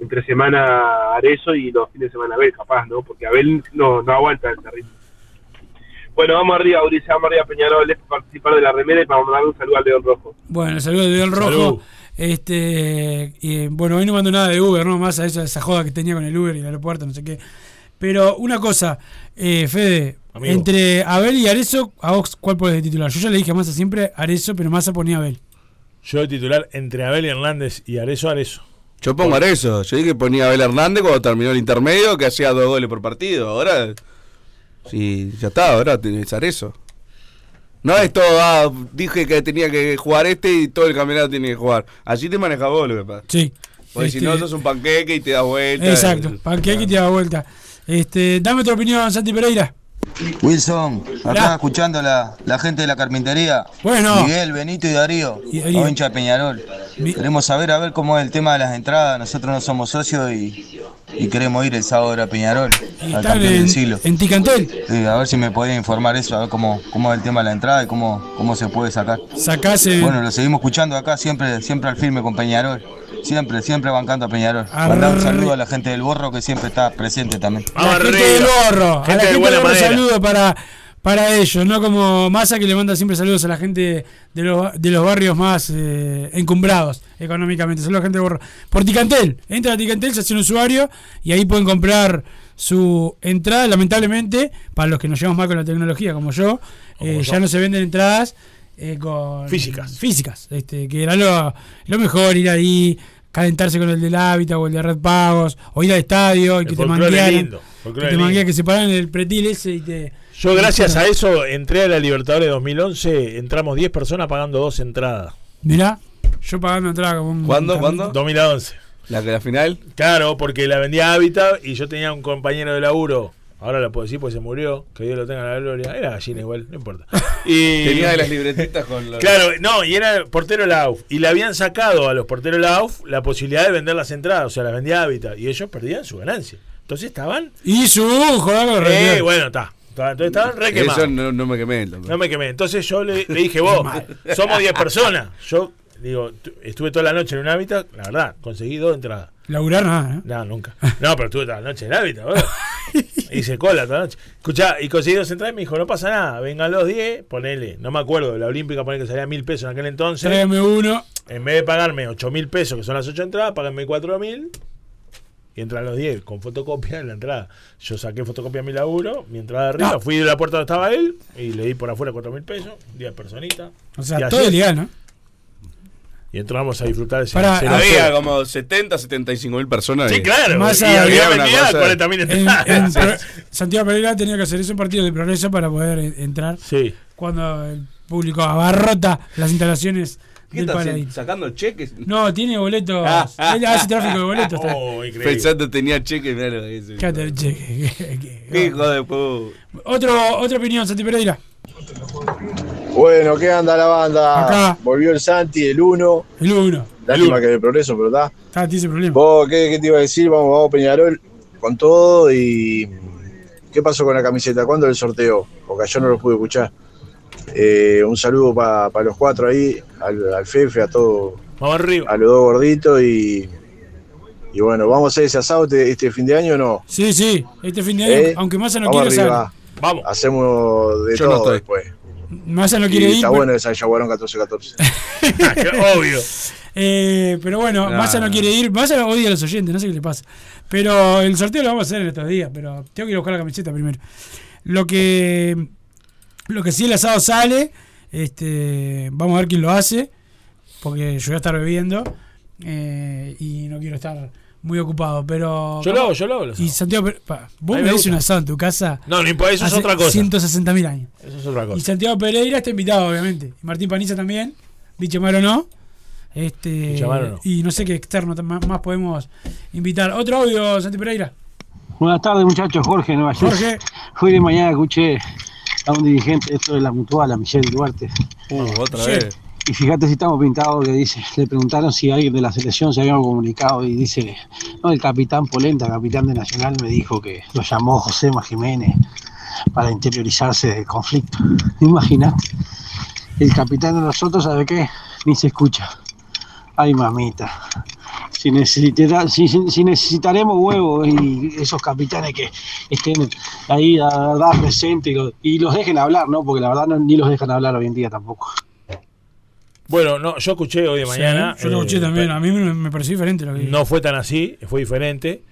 Speaker 11: entre semana Arezo y los fines de semana Abel, capaz, ¿no? Porque Abel no, no aguanta el ritmo. Bueno, vamos arriba, Ulises, vamos arriba, Peñarol, es participar de la remera y para mandarle un saludo a León Rojo.
Speaker 3: Bueno, saludos de León Rojo.
Speaker 11: Salud.
Speaker 3: Este, y, bueno, hoy no mando nada de Uber, ¿no? Más a esa, esa joda que tenía con el Uber y el aeropuerto, no sé qué. Pero una cosa, eh, Fede,
Speaker 5: Amigo.
Speaker 3: entre Abel y Arezo, ¿a vos cuál podés de titular? Yo ya le dije a Massa siempre Arezo, pero Massa ponía Abel.
Speaker 5: Yo de titular entre Abel Hernández y Arezo Arezo.
Speaker 4: Yo pongo a eso. Yo dije que ponía a Abel Hernández cuando terminó el intermedio, que hacía dos goles por partido. Ahora. Sí, ya está, ahora tenés a eso. No es todo, ah, dije que tenía que jugar este y todo el campeonato tiene que jugar. Así te manejas vos, lo que pasa.
Speaker 3: Sí.
Speaker 4: Porque si no,
Speaker 3: Este-
Speaker 4: sos un panqueque y te das vuelta.
Speaker 3: Exacto, panqueque y te da vuelta. Este, dame otra opinión, Santi Pereira.
Speaker 12: Wilson, acá
Speaker 3: Hola.
Speaker 12: escuchando la, la gente de la carpintería.
Speaker 3: Bueno.
Speaker 12: Miguel, Benito y Darío.
Speaker 3: Y Darío.
Speaker 12: Los hinchas de Peñarol. Queremos saber a ver cómo es el tema de las entradas. Nosotros no somos socios y, y queremos ir el sábado a Peñarol. Al
Speaker 3: están
Speaker 12: campeón
Speaker 3: en-
Speaker 12: del siglo.
Speaker 3: en Ticantel.
Speaker 12: Sí, a ver si me podían informar eso, a ver cómo, cómo es el tema de la entrada y cómo, cómo se puede sacar.
Speaker 3: Sacase-
Speaker 12: Bueno, lo seguimos escuchando acá, siempre, siempre al firme con Peñarol. Siempre, siempre bancando a Peñarol. Mandar un saludo a la gente del Borro que siempre está presente también.
Speaker 3: La gente del gorro. A la gente del gorro, saludo para, para ellos, no como Massa que le manda siempre saludos a la gente de los, ba- de los barrios más eh, encumbrados económicamente. Saludos a la gente del gorro. Por Ticantel, entra a Ticantel, se hace un usuario y ahí pueden comprar su entrada. Lamentablemente, para los que nos llevamos mal con la tecnología, como yo, eh,
Speaker 5: yo.
Speaker 3: ya no se venden entradas eh, con físicas. Físicas, este, que era lo, lo mejor ir ahí. Calentarse con el del hábitat o el de Red Pagos, o ir al estadio y que te
Speaker 5: folclore
Speaker 3: manguearan.
Speaker 5: lindo,
Speaker 3: Que
Speaker 5: folclore
Speaker 3: te
Speaker 5: lindo.
Speaker 3: manguearan, que se pararan en el pretil ese y te.
Speaker 5: Yo gracias a eso entré a la Libertadores de 2011, entramos 10 personas pagando dos entradas.
Speaker 3: Mirá, yo pagando entrada como un.
Speaker 5: ¿Cuándo? ¿Cuándo? 2011.
Speaker 4: ¿La que la final?
Speaker 5: Claro, porque la vendía Habitat y yo tenía un compañero de laburo. Ahora lo puedo decir porque se murió, que Dios lo tenga en la gloria. Era gallina igual, no importa. Y-
Speaker 4: Tenía de las libretitas con los.
Speaker 5: Claro, no, y era portero Lauf. Y le habían sacado a los porteros Lauf la posibilidad de vender las entradas, o sea, las vendía Habitat. Y ellos perdían su ganancia. Entonces estaban.
Speaker 3: Y su joder, lo
Speaker 5: Eh,
Speaker 3: retiró.
Speaker 5: bueno, está. Entonces estaban re quemados.
Speaker 4: Eso no, no me quemé. lo-
Speaker 5: No me quemé. Entonces yo le, le dije, vos, somos 10 personas. Yo, digo, tu- estuve toda la noche en un hábitat, la verdad, conseguí dos entradas.
Speaker 3: Laburar nada, ¿eh?
Speaker 5: No, nunca. No, pero estuve toda la noche en el hábitat, boludo. Hice cola toda la noche. Escuchá, y conseguí dos entradas y me dijo, no pasa nada, vengan los 10, ponele, no me acuerdo, la olímpica ponele que salía mil pesos en aquel entonces.
Speaker 3: Tráeme uno.
Speaker 5: En vez de pagarme ocho mil pesos, que son las ocho entradas, págame cuatro mil. y entran los 10 con fotocopia en la entrada. Yo saqué fotocopia a mi laburo, mi entrada arriba, fui de la puerta donde estaba él y le di por afuera 4 mil pesos, 10 personitas.
Speaker 3: O sea,
Speaker 5: Y
Speaker 3: todo
Speaker 5: ayer-
Speaker 3: ilegal, ¿no?
Speaker 5: Y entramos a disfrutar de ese
Speaker 3: Pará,
Speaker 5: ese
Speaker 4: Había
Speaker 5: lazo.
Speaker 4: como 70, 75 mil personas.
Speaker 5: Sí,
Speaker 4: que-
Speaker 5: claro.
Speaker 3: Más
Speaker 5: y
Speaker 3: a-
Speaker 5: había
Speaker 4: había una
Speaker 5: vendido
Speaker 4: cosa-
Speaker 5: 40 mil
Speaker 3: En- en
Speaker 5: entradas.
Speaker 3: pro- Santiago Pereira tenía que hacer esos partidos de progreso para poder en- entrar
Speaker 5: Sí.
Speaker 3: cuando el público abarrota las instalaciones
Speaker 4: ¿Qué
Speaker 3: del
Speaker 4: estás
Speaker 3: Paladín.
Speaker 4: ¿Sacando cheques?
Speaker 3: No, tiene boletos.
Speaker 4: Ah.
Speaker 3: Él hace tráfico de
Speaker 5: Oh,
Speaker 3: boletos. está.
Speaker 4: Pensando tenía cheques, mirá lo que dice.
Speaker 3: Cállate, che, que- que-
Speaker 4: Qué Hijo de pu.
Speaker 3: Otro, otra opinión, Santi Pereira.
Speaker 13: Bueno, ¿qué anda la
Speaker 5: Ah.
Speaker 13: banda?
Speaker 3: Acá.
Speaker 13: Volvió el Santi, el 1.
Speaker 3: El 1.
Speaker 13: Lástima que de progreso, pero está.
Speaker 3: Está, Ah, tiene ese problema.
Speaker 13: Vos, ¿qué, qué te iba a decir? Vamos, vamos, Peñarol, con todo. ¿Y qué pasó con la camiseta? ¿Cuándo el sorteo? Porque yo no lo pude escuchar. Eh, un saludo para los cuatro ahí, al, al Fefe, a todos.
Speaker 5: arriba.
Speaker 4: Ah,
Speaker 13: A los dos gorditos y. Y bueno, ¿vamos a hacer ese asado este, este fin de año o no?
Speaker 3: Sí, sí, este fin de año,
Speaker 13: ¿Eh?
Speaker 3: aunque Massa no
Speaker 13: Vamos
Speaker 3: quiere salir.
Speaker 13: arriba.
Speaker 4: ah.
Speaker 13: Hacemos de
Speaker 3: Yo no estoy.
Speaker 13: todo después.
Speaker 3: Massa no quiere
Speaker 13: Y
Speaker 3: ir.
Speaker 13: Está
Speaker 3: pero-
Speaker 13: bueno esa Yaguarón 14-14.
Speaker 5: Obvio.
Speaker 3: Eh, pero bueno,
Speaker 13: No,
Speaker 3: Massa no,
Speaker 13: no.
Speaker 3: quiere ir. Massa odia a los oyentes, no sé qué le pasa. Pero el sorteo lo vamos a hacer en estos días. Pero tengo que ir a buscar la camiseta primero. Lo que. Lo que sí, el asado sale. Este, vamos a ver quién lo hace. Porque yo voy a estar bebiendo. eh, y no quiero estar muy ocupado. Pero.
Speaker 5: Yo lo hago, yo lo hago, el
Speaker 3: Y Santiago, Pere- pa, vos
Speaker 5: A mí
Speaker 3: me
Speaker 5: me
Speaker 3: haces un
Speaker 5: gusta.
Speaker 3: asado en tu casa.
Speaker 5: No, no importa, eso es
Speaker 3: hace
Speaker 5: otra cosa.
Speaker 3: 160 mil años.
Speaker 5: Eso es otra
Speaker 3: Y
Speaker 5: cosa.
Speaker 3: Santiago Pereira está invitado, obviamente. Y Martín Paniza también. Bicho Malo no. Este,
Speaker 5: Bicho Malo no.
Speaker 3: Y no sé qué externo tam- más, podemos invitar. Otro audio, Santi Pereira.
Speaker 14: Buenas tardes, muchachos. Jorge, Nueva York.
Speaker 3: Jorge.
Speaker 14: Hoy de mañana escuché a un dirigente, esto de la mutual, a Michelle Duarte.
Speaker 4: otra
Speaker 14: Sí.
Speaker 4: vez.
Speaker 14: Y fíjate si estamos pintados, que dice, le preguntaron si alguien de la selección se había comunicado y dice, no, el capitán Polenta, capitán de Nacional, me dijo que lo llamó José Jiménez para interiorizarse del conflicto. Imagínate, el capitán de nosotros, ¿sabe qué? Ni se escucha. Ay, mamita. Si, necesitara- si, si- si necesitaremos huevos y esos capitanes que estén ahí, la verdad, presentes y, lo- y los dejen hablar, ¿no? Porque la verdad no- ni los dejan hablar hoy en día tampoco.
Speaker 5: Bueno, no, yo escuché hoy de mañana.
Speaker 3: Sí, yo lo escuché
Speaker 5: eh,
Speaker 3: también. A mí me, me pareció diferente lo que
Speaker 5: No fue tan así, fue diferente.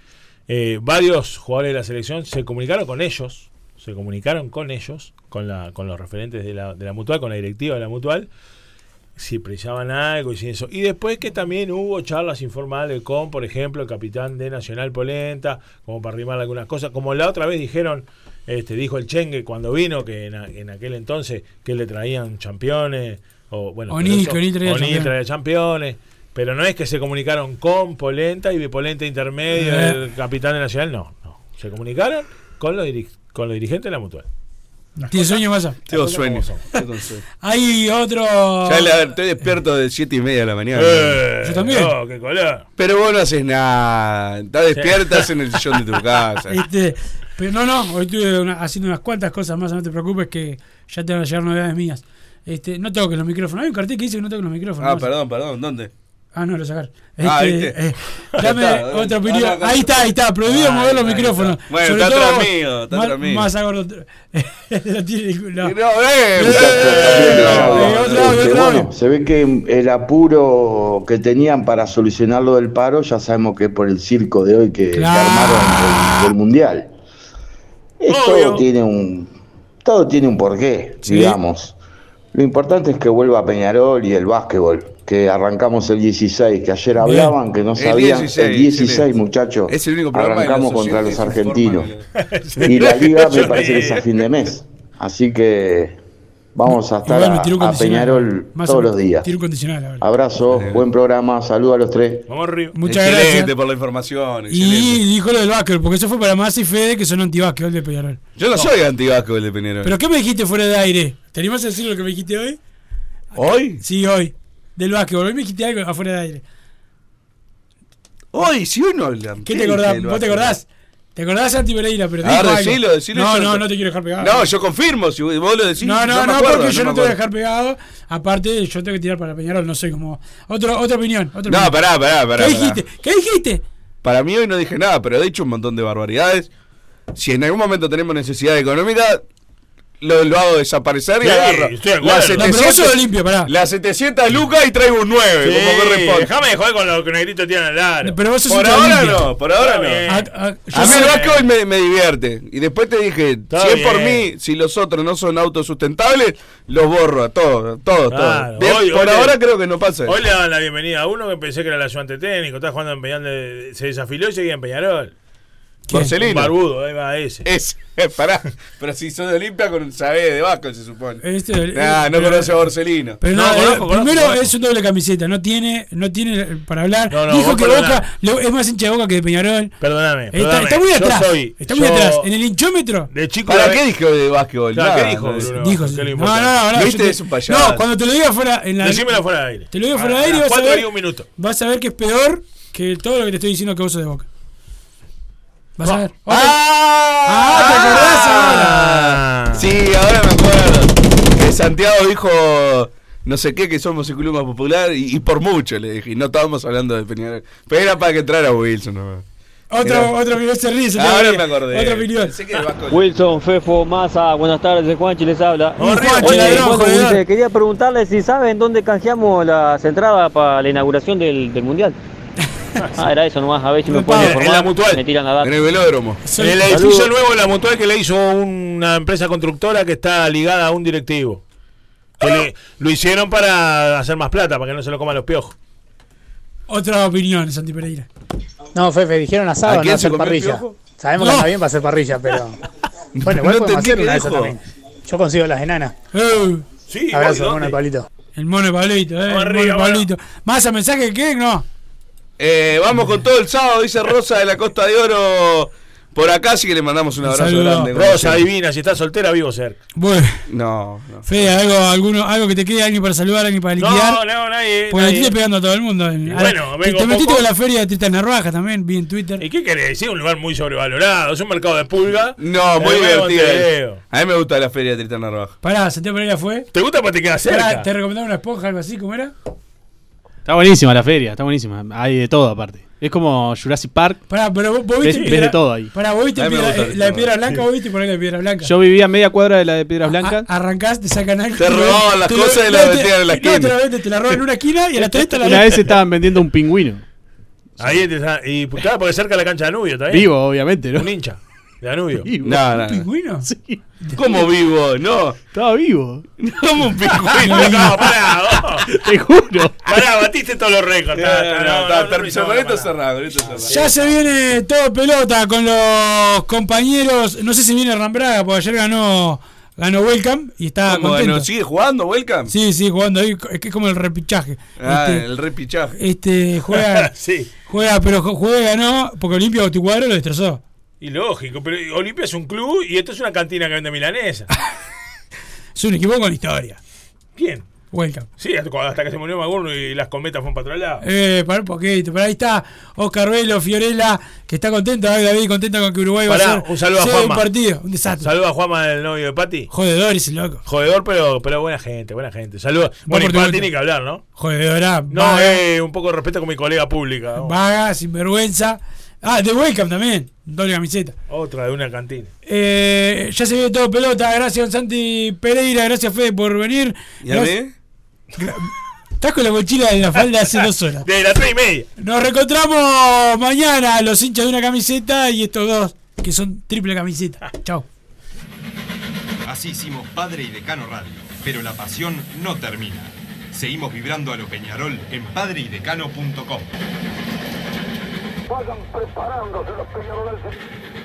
Speaker 5: Eh, varios jugadores de la selección se comunicaron con ellos, se comunicaron con ellos, con, la, con los referentes de la, de la mutual, con la directiva de la mutual, si precisaban algo y si eso. Y después que también hubo charlas informales con, por ejemplo, el capitán de Nacional Polenta, como para arrimar algunas cosas. Como la otra vez dijeron, este, dijo el Chengue cuando vino, que en, a- en aquel entonces que le traían campeones. O, bueno,
Speaker 3: Oni,
Speaker 5: pero eso-
Speaker 3: que Oni traía
Speaker 5: Oni
Speaker 3: campeones.
Speaker 5: de campeones. Pero no es que se comunicaron con Polenta y de Polenta intermedio
Speaker 3: Eh.
Speaker 5: el capitán de Nacional, no, no. Se comunicaron con los, diri- con los dirigentes de la mutual.
Speaker 3: ¿Tiene sueño, Massa?
Speaker 4: Tengo sueño.
Speaker 3: Hay otro.
Speaker 4: Ya la- estoy despierto de 7 y media de la mañana.
Speaker 5: Eh,
Speaker 3: Yo también.
Speaker 5: no, qué color.
Speaker 4: Pero vos no haces nada. Estás despierta en el sillón de tu casa.
Speaker 3: Este, pero no, no, hoy estuve una- haciendo unas cuantas cosas más, no te preocupes que ya te van a llegar novedades mías. Este, no toques los micrófonos. Hay un cartel que dice que no toques los micrófonos.
Speaker 4: Ah,
Speaker 3: Massa.
Speaker 4: perdón, perdón. ¿Dónde?
Speaker 3: Ah, no, lo sacar.
Speaker 4: Ah,
Speaker 3: Este,
Speaker 4: ¿viste?
Speaker 3: eh,
Speaker 4: Ya
Speaker 3: dame
Speaker 4: está, dale.
Speaker 3: otra
Speaker 4: Ah,
Speaker 3: opinión.
Speaker 4: no,
Speaker 3: ahí
Speaker 4: no.
Speaker 3: está, ahí está. Prohibido
Speaker 4: Ahí
Speaker 3: mover los
Speaker 4: está, ahí
Speaker 3: micrófonos.
Speaker 4: está. Bueno, está
Speaker 3: todo
Speaker 4: atrás mío, está
Speaker 3: más-
Speaker 4: atrás mío.
Speaker 3: Más agordo. La tiene- la-
Speaker 15: Este, bueno, se ve que el apuro que tenían para solucionar lo del paro, ya sabemos que es por el circo de hoy que, que armaron del, del mundial. Eh, todo tiene un todo tiene un porqué, digamos. Lo importante es que vuelva Peñarol y el básquetbol, que arrancamos el 16, que ayer hablaban, que no
Speaker 4: El
Speaker 15: sabían. El 16,
Speaker 4: 16, excelente.
Speaker 15: muchachos.
Speaker 4: Es el único programa de la
Speaker 15: arrancamos contra
Speaker 4: sociedad
Speaker 15: los
Speaker 4: que se
Speaker 15: argentinos. Y la liga me parece que es a fin de mes. Así que vamos a estar
Speaker 3: Igual me tiró un
Speaker 15: a, a
Speaker 3: condicional.
Speaker 15: Peñarol
Speaker 3: Más
Speaker 15: todos
Speaker 3: o-
Speaker 15: los días.
Speaker 3: Tiro condicional ahora.
Speaker 15: Abrazo, buen programa, saludo a los tres.
Speaker 5: Vamos arriba.
Speaker 3: Muchas
Speaker 4: excelente
Speaker 3: gracias.
Speaker 4: por la información. excelente.
Speaker 3: Y dijo lo del básquet, porque eso fue para Massa y Fede, que son antibásquet de Peñarol.
Speaker 4: Yo no, soy antibasco el de Peñarol.
Speaker 3: ¿Pero qué me dijiste fuera de aire? ¿Te animás a decir lo que me dijiste hoy?
Speaker 4: ¿Hoy?
Speaker 3: Sí, hoy. Del básquetbol. Hoy me dijiste algo afuera de aire.
Speaker 4: Hoy, si uno habla.
Speaker 3: ¿Qué te acordás?
Speaker 4: del
Speaker 3: ¿Vos te
Speaker 4: básquet?
Speaker 3: acordás? ¿Te acordás, Santi Pereira? Pero te
Speaker 4: Ah,
Speaker 3: dijo algo.
Speaker 4: decilo, decilo.
Speaker 3: No,
Speaker 4: yo
Speaker 3: no, no te quiero dejar pegado.
Speaker 4: No, yo confirmo. Si vos lo decís.
Speaker 3: No, no,
Speaker 4: me
Speaker 3: no,
Speaker 4: acuerdo,
Speaker 3: porque yo
Speaker 4: me
Speaker 3: no te voy a
Speaker 4: acuerdo.
Speaker 3: dejar pegado. Aparte, yo tengo que tirar para Peñarol, no sé cómo. Otro, otra opinión. otra
Speaker 4: No,
Speaker 3: opinión.
Speaker 4: pará, pará, pará.
Speaker 3: ¿Qué
Speaker 4: pará.
Speaker 3: dijiste? ¿Qué dijiste?
Speaker 4: Para mí hoy no dije nada, pero he dicho un montón de barbaridades. Si en algún momento tenemos necesidad económica, lo, lo hago desaparecer y
Speaker 5: Sí,
Speaker 4: agarro
Speaker 5: estoy de acuerdo.
Speaker 4: las
Speaker 5: No, pero vos
Speaker 4: 700,
Speaker 5: sos limpio, pará.
Speaker 4: las 700 lucas y traigo un 9, como corresponde.
Speaker 5: Déjame de joder con lo que negrito tiene al aro.
Speaker 4: Pero vos sos Por un ahora limpio. no, por ahora
Speaker 5: Está
Speaker 4: no.
Speaker 5: bien.
Speaker 4: Eh,
Speaker 3: Ah,
Speaker 4: A mí el
Speaker 5: eh.
Speaker 4: básquetbol me, me divierte. Y después te dije, si es
Speaker 5: bien.
Speaker 4: por mí, si los otros no son autosustentables, los borro a todos, a todos,
Speaker 5: Claro,
Speaker 4: todos. De-
Speaker 5: hoy-
Speaker 4: por
Speaker 5: hoy le-
Speaker 4: ahora creo que no pasa. eso.
Speaker 5: Hoy le daban la bienvenida a uno que pensé que era el ayudante técnico, estaba jugando en Peñarol, de- se desafiló y seguía en Peñarol.
Speaker 4: ¿Quién? Marcelino.
Speaker 5: Un Barbudo, ahí va ese.
Speaker 3: Eh,
Speaker 4: Es, pará, pero si sos de Olimpia con sabés de Vasco, se supone.
Speaker 3: Este-
Speaker 4: Nah, no
Speaker 3: pero-
Speaker 4: conoce a Borselino.
Speaker 3: Pero no, eh, primero es un doble camiseta, no tiene, no tiene eh, para hablar.
Speaker 5: No, no,
Speaker 3: Dijo
Speaker 5: vos
Speaker 3: que
Speaker 5: perdoná.
Speaker 3: Boca lo- es más hincha de Boca que de
Speaker 4: Eh,
Speaker 3: Peñarol.
Speaker 5: Perdóname.
Speaker 3: Está- Está,
Speaker 5: perdóname.
Speaker 3: muy
Speaker 5: Yo
Speaker 3: atrás.
Speaker 5: soy-
Speaker 3: está muy
Speaker 5: yo-
Speaker 3: atrás. En el hinchómetro.
Speaker 5: De chico
Speaker 4: ¿Para
Speaker 5: la-
Speaker 4: qué dijo de básquetbol?
Speaker 5: Claro,
Speaker 4: Nada,
Speaker 5: ¿qué dijo, Bruno?
Speaker 3: Dijo,
Speaker 5: ¿Qué le
Speaker 3: no, no,
Speaker 5: importa?
Speaker 3: no, ahora yo
Speaker 4: ¿Viste?
Speaker 3: te-
Speaker 4: Es un payaso.
Speaker 3: No, cuando te lo diga fuera en la
Speaker 5: Decímelo fuera de aire.
Speaker 3: Te lo digo
Speaker 5: A-
Speaker 3: fuera de
Speaker 5: a
Speaker 3: aire y vas a
Speaker 5: cuatro
Speaker 3: ver,
Speaker 5: y un minuto.
Speaker 3: vas a ver que es peor que todo lo que te estoy diciendo que vos sos de Boca. Vas a ver. Ok.
Speaker 4: Ah, ¿te acordás
Speaker 5: Ah.
Speaker 4: ahora? Sí, ahora me acuerdo. Que Santiago dijo no sé qué, que somos el club más popular y, y por mucho le dije. Y no estábamos hablando de Peñarol. Pero era para que entrara Wilson. nomás. Era-
Speaker 5: Ah.
Speaker 3: Otro, otro que no se ríe. se te
Speaker 4: Ahora
Speaker 3: ríe.
Speaker 4: me acordé.
Speaker 3: Otro opinión.
Speaker 16: Wilson, Fefo, Massa, buenas tardes, Juanchi les habla.
Speaker 3: Juanchi,
Speaker 16: Oye,
Speaker 3: ladrón,
Speaker 16: Juanjo,
Speaker 3: jodedor.
Speaker 16: dice, quería preguntarle si saben dónde canjeamos las entradas para la inauguración del, del Mundial. Ah, era eso nomás, a ver si me pueden
Speaker 5: En- en
Speaker 16: informar.
Speaker 5: la mutual.
Speaker 16: Me tiran la data.
Speaker 4: En el velódromo.
Speaker 5: En el edificio nuevo de la mutual que le hizo una empresa constructora que está ligada a un directivo. Que le- lo hicieron para hacer más plata, para que no se lo coman los piojos.
Speaker 3: Otra opinión, Santi Pereira.
Speaker 17: No, Fefe, dijeron
Speaker 3: ¿A
Speaker 17: asado,
Speaker 3: quién
Speaker 17: no
Speaker 3: se
Speaker 17: hacer
Speaker 3: comió el
Speaker 17: parrilla.
Speaker 3: piojo?
Speaker 17: Sabemos
Speaker 3: No.
Speaker 17: que está bien para hacer parrilla, pero. Bueno,
Speaker 3: No
Speaker 17: igual podemos
Speaker 3: entendí
Speaker 17: hacer
Speaker 3: qué
Speaker 17: una de esas
Speaker 3: dijo.
Speaker 17: también. Yo consigo las enanas.
Speaker 5: Sí,
Speaker 17: Abrazo,
Speaker 3: ¿dónde?
Speaker 17: bueno, Pablito.
Speaker 3: Uh, El mono de Pablito, eh.
Speaker 17: Vamos
Speaker 3: el
Speaker 17: arriba,
Speaker 3: mono de Pablito. ¿Más a mensaje que no?
Speaker 4: Eh, vamos con todo el sábado, dice Rosa de la Costa de Oro. Por acá sí que le mandamos un abrazo grande. como
Speaker 5: Rosa
Speaker 4: siempre.
Speaker 5: divina, si está soltera, vivo cerca.
Speaker 3: Bueno,
Speaker 4: No, no.
Speaker 3: Fede, algo, alguno, algo que te quede, alguien para saludar, alguien para liquidar.
Speaker 5: No, no, nadie.
Speaker 3: Porque le
Speaker 5: nadie.
Speaker 3: estoy pegando a todo el mundo. Eh,
Speaker 5: bueno,
Speaker 3: Te-
Speaker 5: vengo
Speaker 3: te metiste
Speaker 5: poco.
Speaker 3: con la feria de Tristan Narvaja también, vi en Twitter.
Speaker 5: ¿Y qué querés decir? Un lugar muy sobrevalorado. Es un mercado de pulga.
Speaker 4: No, muy
Speaker 5: Eh,
Speaker 4: divertido.
Speaker 5: Montevideo.
Speaker 4: A mí me gusta la feria de Tritán Narvaja.
Speaker 3: Pará, Santiago Pereira fue.
Speaker 5: ¿Te gusta porque te queda
Speaker 3: Pará,
Speaker 5: cerca?
Speaker 3: ¿Te recomendaron una esponja, algo así, cómo era?
Speaker 6: Está buenísima la feria, está buenísima. Hay de todo aparte. Es como Jurassic Park.
Speaker 3: Pará, pero vos, vos
Speaker 6: ves,
Speaker 3: viste.
Speaker 6: ves
Speaker 3: Piedra-
Speaker 6: de todo ahí.
Speaker 3: Pará, vos viste piedra- eh, la de piedra blanca, vos viste por ahí la de piedra blanca.
Speaker 6: Yo vivía a media cuadra de la de
Speaker 3: Ah,
Speaker 6: Piedras Blancas.
Speaker 3: A- arrancás, te sacan algo.
Speaker 6: Te robaban las
Speaker 3: lo-
Speaker 6: cosas y
Speaker 3: no,
Speaker 6: las
Speaker 3: te-
Speaker 6: metían en la
Speaker 3: no, te
Speaker 6: esquina.
Speaker 3: la venden, te la roban en una esquina y a las tres te la
Speaker 6: Una
Speaker 3: venden.
Speaker 6: vez estaban vendiendo un pingüino.
Speaker 5: Ahí te sa- y pues, claro, porque cerca de la cancha de Danubio también.
Speaker 6: Vivo, obviamente, ¿no?
Speaker 5: Eh. Un hincha de Danubio.
Speaker 6: Vivo.
Speaker 4: No, no, no.
Speaker 3: ¿Pingüino?
Speaker 6: Sí.
Speaker 4: ¿Cómo vivo? No.
Speaker 6: Estaba vivo.
Speaker 4: ¿Cómo un pingüino?
Speaker 5: No, pará, vos.
Speaker 6: Te juro.
Speaker 5: Pará, batiste todos los récords.
Speaker 4: No, no, no, está,
Speaker 5: no, no,
Speaker 4: permiso,
Speaker 5: no,
Speaker 4: con
Speaker 5: no,
Speaker 4: esto cerrado, con esto cerrado.
Speaker 3: Ya se viene todo pelota con los compañeros. No sé si viene Rambraga, porque ayer ganó ganó Welcome y está
Speaker 4: ¿Cómo
Speaker 3: contento.
Speaker 4: ganó? Ah, ¿Sigue jugando Welcome?
Speaker 3: Sí, sí, jugando ahí. Es que es como el repichaje.
Speaker 4: Ah,
Speaker 3: Este,
Speaker 4: el repichaje.
Speaker 3: este, juega,
Speaker 5: Sí.
Speaker 3: juega, pero ju- juega y ganó porque Olimpia Boticuadro lo destrozó.
Speaker 5: Y lógico, pero Olimpia es un club y esto es una cantina que vende milanesa.
Speaker 3: Es un equipo con historia.
Speaker 5: Bien.
Speaker 3: Welcome.
Speaker 5: Sí, hasta hasta que se murió Magurno y las cometas fueron para otro lado.
Speaker 3: Eh, para un poquito, pero ahí está Oscar Velo, Fiorella, que está contenta, David, David contenta con que Uruguay Eh, va a
Speaker 5: Pará,
Speaker 3: ser
Speaker 5: un saludo a
Speaker 3: ser
Speaker 5: Juanma.
Speaker 3: un partido, un desastre.
Speaker 5: Saludo a Juanma, el novio de Pati.
Speaker 3: Jodedor ese loco.
Speaker 5: Jodedor, pero, pero buena gente, buena gente. Saludos. Bueno, y
Speaker 3: por tu
Speaker 5: Pati
Speaker 3: cuenta.
Speaker 5: tiene que hablar, ¿no?
Speaker 3: Jodedora,
Speaker 5: No,
Speaker 3: vaga,
Speaker 5: eh, un poco de respeto con mi colega pública. ¿no?
Speaker 3: vaga, sinvergüenza. Ah, de Welcome también, doble camiseta.
Speaker 5: Otra de una cantina.
Speaker 3: Eh, ya se viene todo pelota, gracias Santi Pereira, gracias Fede por venir.
Speaker 5: ¿Y a
Speaker 3: Nos-
Speaker 5: mí?
Speaker 3: Gra- Estás con la mochila en la falda hace dos horas.
Speaker 5: De las tres y media.
Speaker 3: Nos reencontramos mañana, los hinchas de una camiseta y estos dos, que son triple camiseta. Chao.
Speaker 18: Así hicimos Padre y Decano Radio, pero la pasión no termina. Seguimos vibrando a lo Peñarol en padreidecano.com.
Speaker 19: Vayan preparándose los peñarolenses.